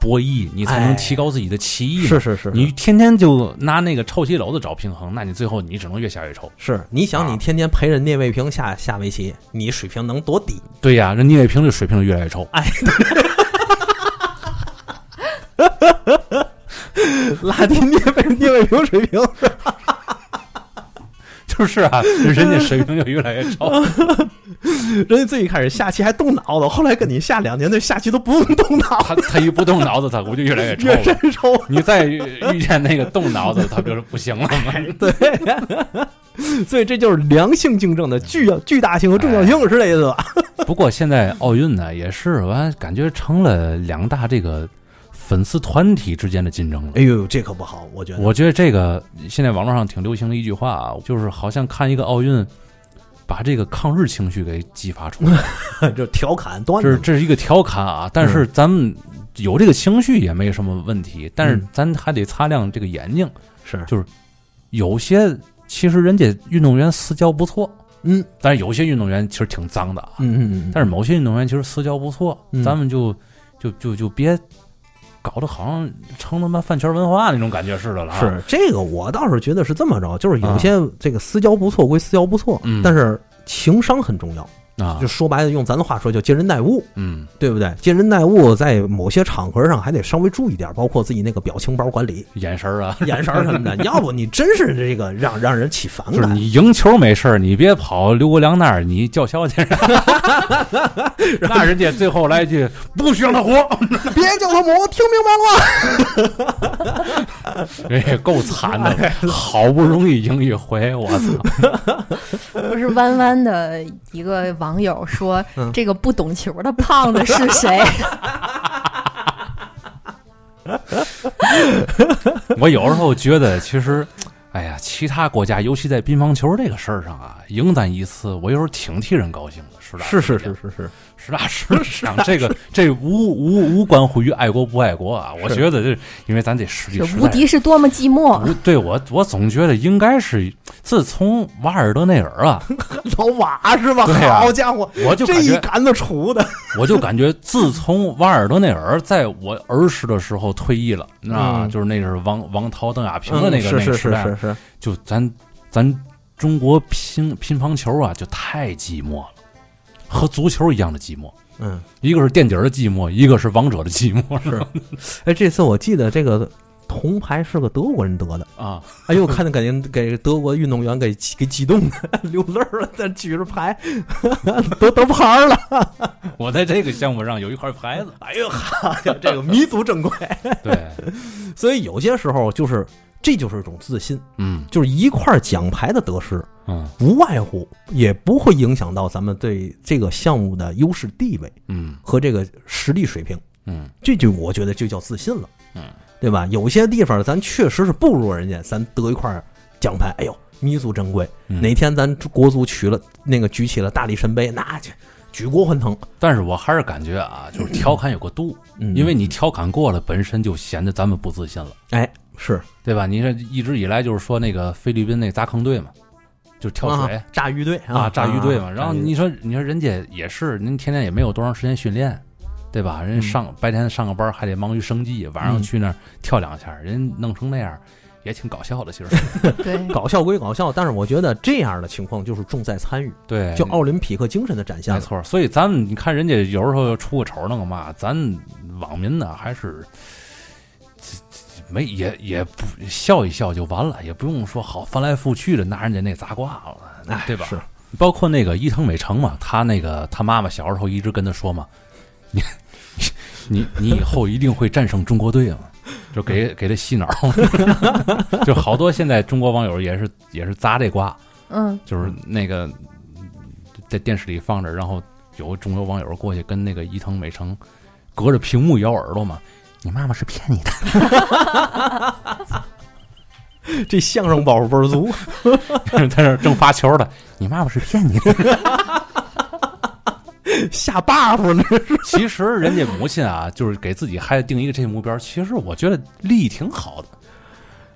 [SPEAKER 1] 博弈，你才
[SPEAKER 3] 哎
[SPEAKER 1] 能提高自己的棋艺吗？
[SPEAKER 3] 是是是，
[SPEAKER 1] 你天天就拿那个臭棋篓子找平衡，那你最后你只能越下越臭。
[SPEAKER 3] 是你想，
[SPEAKER 1] 啊
[SPEAKER 3] 你天天陪人聂卫平下下围棋，你水平能多低？
[SPEAKER 1] 对呀，这聂卫平这水平就越来越臭。
[SPEAKER 3] 拉低聂卫聂卫平水平，
[SPEAKER 1] 就是啊，人家水平就越来越 臭。
[SPEAKER 3] 人家最一开始下棋还动脑子，后来跟你下两年，那下棋都不用动脑子，
[SPEAKER 1] 他他一不动脑子，他估计越来越臭
[SPEAKER 3] 越
[SPEAKER 1] 了。
[SPEAKER 3] 真抽。
[SPEAKER 1] 你再遇见那个动脑子，他不就是不行了吗？
[SPEAKER 3] 哎 所以这就是良性竞争的巨巨大性和重要性，是这意思吧？
[SPEAKER 1] 不过现在奥运呢，也是完感觉成了两大这个粉丝团体之间的竞争了。
[SPEAKER 3] 哎呦，这可不好，我觉得。
[SPEAKER 1] 我觉得这个现在网络上挺流行的一句话啊，就是好像看一个奥运，把这个抗日情绪给激发出来，
[SPEAKER 3] 就调侃端
[SPEAKER 1] 这是
[SPEAKER 3] 着，
[SPEAKER 1] 这是一个调侃啊。但是咱们有这个情绪也没什么问题，但是咱还得擦亮这个眼睛，
[SPEAKER 3] 是
[SPEAKER 1] 有些其实人家运动员私交不错，
[SPEAKER 3] 嗯
[SPEAKER 1] 但是有些运动员其实挺脏的啊。
[SPEAKER 3] 嗯嗯嗯，
[SPEAKER 1] 但是某些运动员其实私交不错，
[SPEAKER 3] 嗯
[SPEAKER 1] 咱们就就就就别搞得好像成他妈饭圈文化那种感觉似的了啊。
[SPEAKER 3] 是这个，我倒是觉得是这么着，就是有些这个私交不错归私交不错，
[SPEAKER 1] 啊嗯
[SPEAKER 3] 但是情商很重要。
[SPEAKER 1] 啊
[SPEAKER 3] 就，说白了，用咱的话说，叫接人待物，
[SPEAKER 1] 嗯，
[SPEAKER 3] 对不对？接人待物在某些场合上还得稍微注意点，包括自己那个表情包管理、
[SPEAKER 1] 眼神儿啊，
[SPEAKER 3] 眼神儿什么的，要不你真是这个让让人起反
[SPEAKER 1] 就是
[SPEAKER 3] 感。
[SPEAKER 1] 你赢球没事儿，你别跑刘国梁那儿，你叫嚣 去。那人家最后来一句不许让他活，
[SPEAKER 3] 别叫他我听明白了。
[SPEAKER 1] 人也哎够惨
[SPEAKER 3] 哎
[SPEAKER 1] 的，好不容易赢一回，我 操！
[SPEAKER 2] 不是弯弯的一个网友说
[SPEAKER 3] 嗯，
[SPEAKER 2] 这个不懂球的胖子是谁？
[SPEAKER 1] 我有时候觉得其实。哎呀，其他国家，尤其在乒乓球这个事儿上啊，赢咱一次，我有时候挺替人高兴的， 是吧？
[SPEAKER 3] 是是，
[SPEAKER 1] 实打实 的讲，这个这无无无关乎于爱国不爱国啊！我
[SPEAKER 3] 是
[SPEAKER 1] 觉得这，因为咱这实力
[SPEAKER 2] 就
[SPEAKER 1] 实
[SPEAKER 2] 无
[SPEAKER 1] 在
[SPEAKER 2] 敌是多么寂寞。
[SPEAKER 1] 不对我，我总觉得应该是自从瓦尔德内尔 啊，
[SPEAKER 3] 老瓦是吧？
[SPEAKER 1] 对啊
[SPEAKER 3] 好家伙，
[SPEAKER 1] 我就
[SPEAKER 3] 这
[SPEAKER 1] 感
[SPEAKER 3] 一
[SPEAKER 1] 觉，
[SPEAKER 3] 杆子杵的，
[SPEAKER 1] 我就感觉自从瓦尔德内尔在我儿时的时候退役了，那
[SPEAKER 3] 嗯
[SPEAKER 1] 就是那是王王涛、邓亚萍的那个那
[SPEAKER 3] 嗯是
[SPEAKER 1] 个
[SPEAKER 3] 是
[SPEAKER 1] 时
[SPEAKER 3] 是
[SPEAKER 1] 代，
[SPEAKER 3] 是是，
[SPEAKER 1] 就咱咱中国乒乒乓球啊，就太寂寞了，和足球一样的寂寞，
[SPEAKER 3] 嗯。
[SPEAKER 1] 一个是垫底儿的寂寞，一个是王者的寂寞
[SPEAKER 3] 哎，这次我记得这个铜牌是个德国人得的。
[SPEAKER 1] 啊。
[SPEAKER 3] 哎呦，我看着感觉给德国运动员给激给激动的 流泪儿了，在举着牌， 得得牌了。
[SPEAKER 1] 我在这个项目上有一块牌子。
[SPEAKER 3] 哎呦哈，这个弥足珍贵。
[SPEAKER 1] 对，
[SPEAKER 3] 所以有些时候就是这就是一种自信，
[SPEAKER 1] 嗯
[SPEAKER 3] 就是一块奖牌的得失，
[SPEAKER 1] 嗯
[SPEAKER 3] 无外乎也不会影响到咱们对这个项目的优势地位
[SPEAKER 1] 嗯
[SPEAKER 3] 和这个实力水平。
[SPEAKER 1] 嗯
[SPEAKER 3] 这就我觉得就叫自信了，
[SPEAKER 1] 嗯，
[SPEAKER 3] 对吧？有些地方咱确实是不如人家，咱得一块儿奖牌，哎呦，弥足珍贵。
[SPEAKER 1] 嗯
[SPEAKER 3] 哪天咱国足取了那个举起了大力神杯，那去举国欢腾。
[SPEAKER 1] 但是我还是感觉啊，就是调侃有个度，
[SPEAKER 3] 嗯，
[SPEAKER 1] 因为你调侃过了，本身就显得咱们不自信了，
[SPEAKER 3] 哎是
[SPEAKER 1] 对吧？你这一直以来就是说那个菲律宾那砸坑队嘛，就是跳水
[SPEAKER 3] 啊、炸鱼队
[SPEAKER 1] 啊，炸鱼队嘛。
[SPEAKER 3] 啊
[SPEAKER 1] 然后
[SPEAKER 3] 炸鱼队
[SPEAKER 1] 你说你说人家也是，您天天也没有多长时间训练。对吧？人上、白天上个班还得忙于生计，晚上
[SPEAKER 3] 嗯
[SPEAKER 1] 去那儿跳两下，人弄成那样，也挺搞笑的。其实，
[SPEAKER 2] 对，
[SPEAKER 3] 搞笑归搞笑，但是我觉得这样的情况就是重在参与，
[SPEAKER 1] 对，
[SPEAKER 3] 就奥林匹克精神的展现
[SPEAKER 1] 哎没
[SPEAKER 3] 了。
[SPEAKER 1] 错儿，所以咱们你看人家有时候出个丑那个嘛，咱网民呢还是这这没也也不笑一笑就完了，也不用说好翻来覆去的拿人家那砸挂了
[SPEAKER 3] 哎，，
[SPEAKER 1] 对吧？
[SPEAKER 3] 是，
[SPEAKER 1] 包括那个伊藤美诚嘛，他那个他妈妈小时候一直跟他说嘛，你你你以后一定会战胜中国队嘛，就给给他洗脑， 就好多现在中国网友也是也是砸这瓜，
[SPEAKER 2] 嗯，
[SPEAKER 1] 就是那个在电视里放着，然后有中国网友过去跟那个伊藤美诚隔着屏幕咬耳朵嘛。你妈妈是骗你的，
[SPEAKER 3] 这相声包袱倍儿足。
[SPEAKER 1] 在那儿正发球的，你妈妈是骗你的。
[SPEAKER 3] 下 buff 呢？
[SPEAKER 1] 其实人家母亲啊，就是给自己孩子定一个这目标，其实我觉得立意挺好的。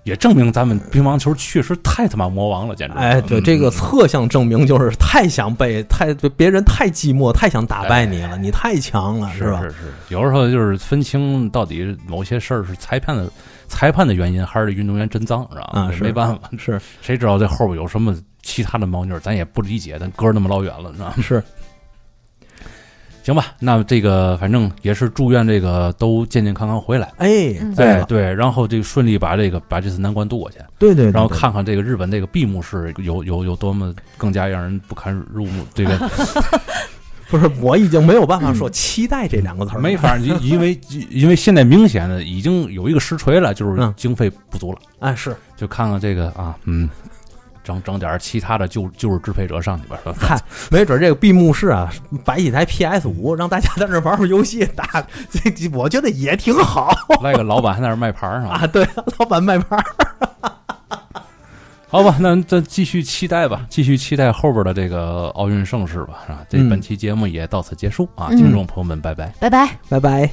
[SPEAKER 1] 也证明咱们乒乓球确实太他妈魔王了，简直。
[SPEAKER 3] 哎，对，
[SPEAKER 1] 嗯
[SPEAKER 3] 这个侧向证明就是太想被太别人太寂寞，太想打败你了，你太强了，
[SPEAKER 1] 哎是
[SPEAKER 3] 吧？
[SPEAKER 1] 是是，有时候就是分清到底某些事儿是裁判的裁判的原因，还是运动员真脏，知道吗？
[SPEAKER 3] 啊
[SPEAKER 1] 这
[SPEAKER 3] 是
[SPEAKER 1] 没办法，
[SPEAKER 3] 是
[SPEAKER 1] 谁知道这后边有什么其他的猫腻儿，咱也不理解，咱隔着那么老远了，你知道吗？
[SPEAKER 3] 是，
[SPEAKER 1] 行吧，那这个反正也是祝愿这个都健健康康回来。
[SPEAKER 3] 哎，
[SPEAKER 2] 嗯
[SPEAKER 3] 对
[SPEAKER 1] 哎，
[SPEAKER 3] 了
[SPEAKER 1] 对，然后这个顺利把这个把这次难关渡过去，
[SPEAKER 3] 对对，对
[SPEAKER 1] 然后
[SPEAKER 3] 对
[SPEAKER 1] 看看这个日本这个闭幕式有有有多么更加让人不堪入目，这个
[SPEAKER 3] 不是我已经没有办法说期待这两个词儿了，
[SPEAKER 1] 没法儿，因因为因为现在明显的已经有一个实锤了，就是
[SPEAKER 3] 嗯
[SPEAKER 1] 经费不足了，
[SPEAKER 3] 哎，是
[SPEAKER 1] 就看看这个啊，嗯，整整点儿其他的救救日支配者上去吧， 是吧
[SPEAKER 3] 嗨，没准这个闭幕式啊，摆几台 PS 五，让大家在那玩玩游戏，打这这我觉得也挺好
[SPEAKER 1] 来个老板还在那儿卖牌儿呢，
[SPEAKER 3] 啊。对，老板卖牌儿，
[SPEAKER 1] 好吧，那咱继续期待吧，继续期待后边的这个奥运盛世吧，是吧？这
[SPEAKER 3] 嗯
[SPEAKER 1] 本期节目也到此结束啊，
[SPEAKER 2] 嗯
[SPEAKER 1] 听众朋友们，拜拜。
[SPEAKER 2] 拜拜。
[SPEAKER 3] 拜拜。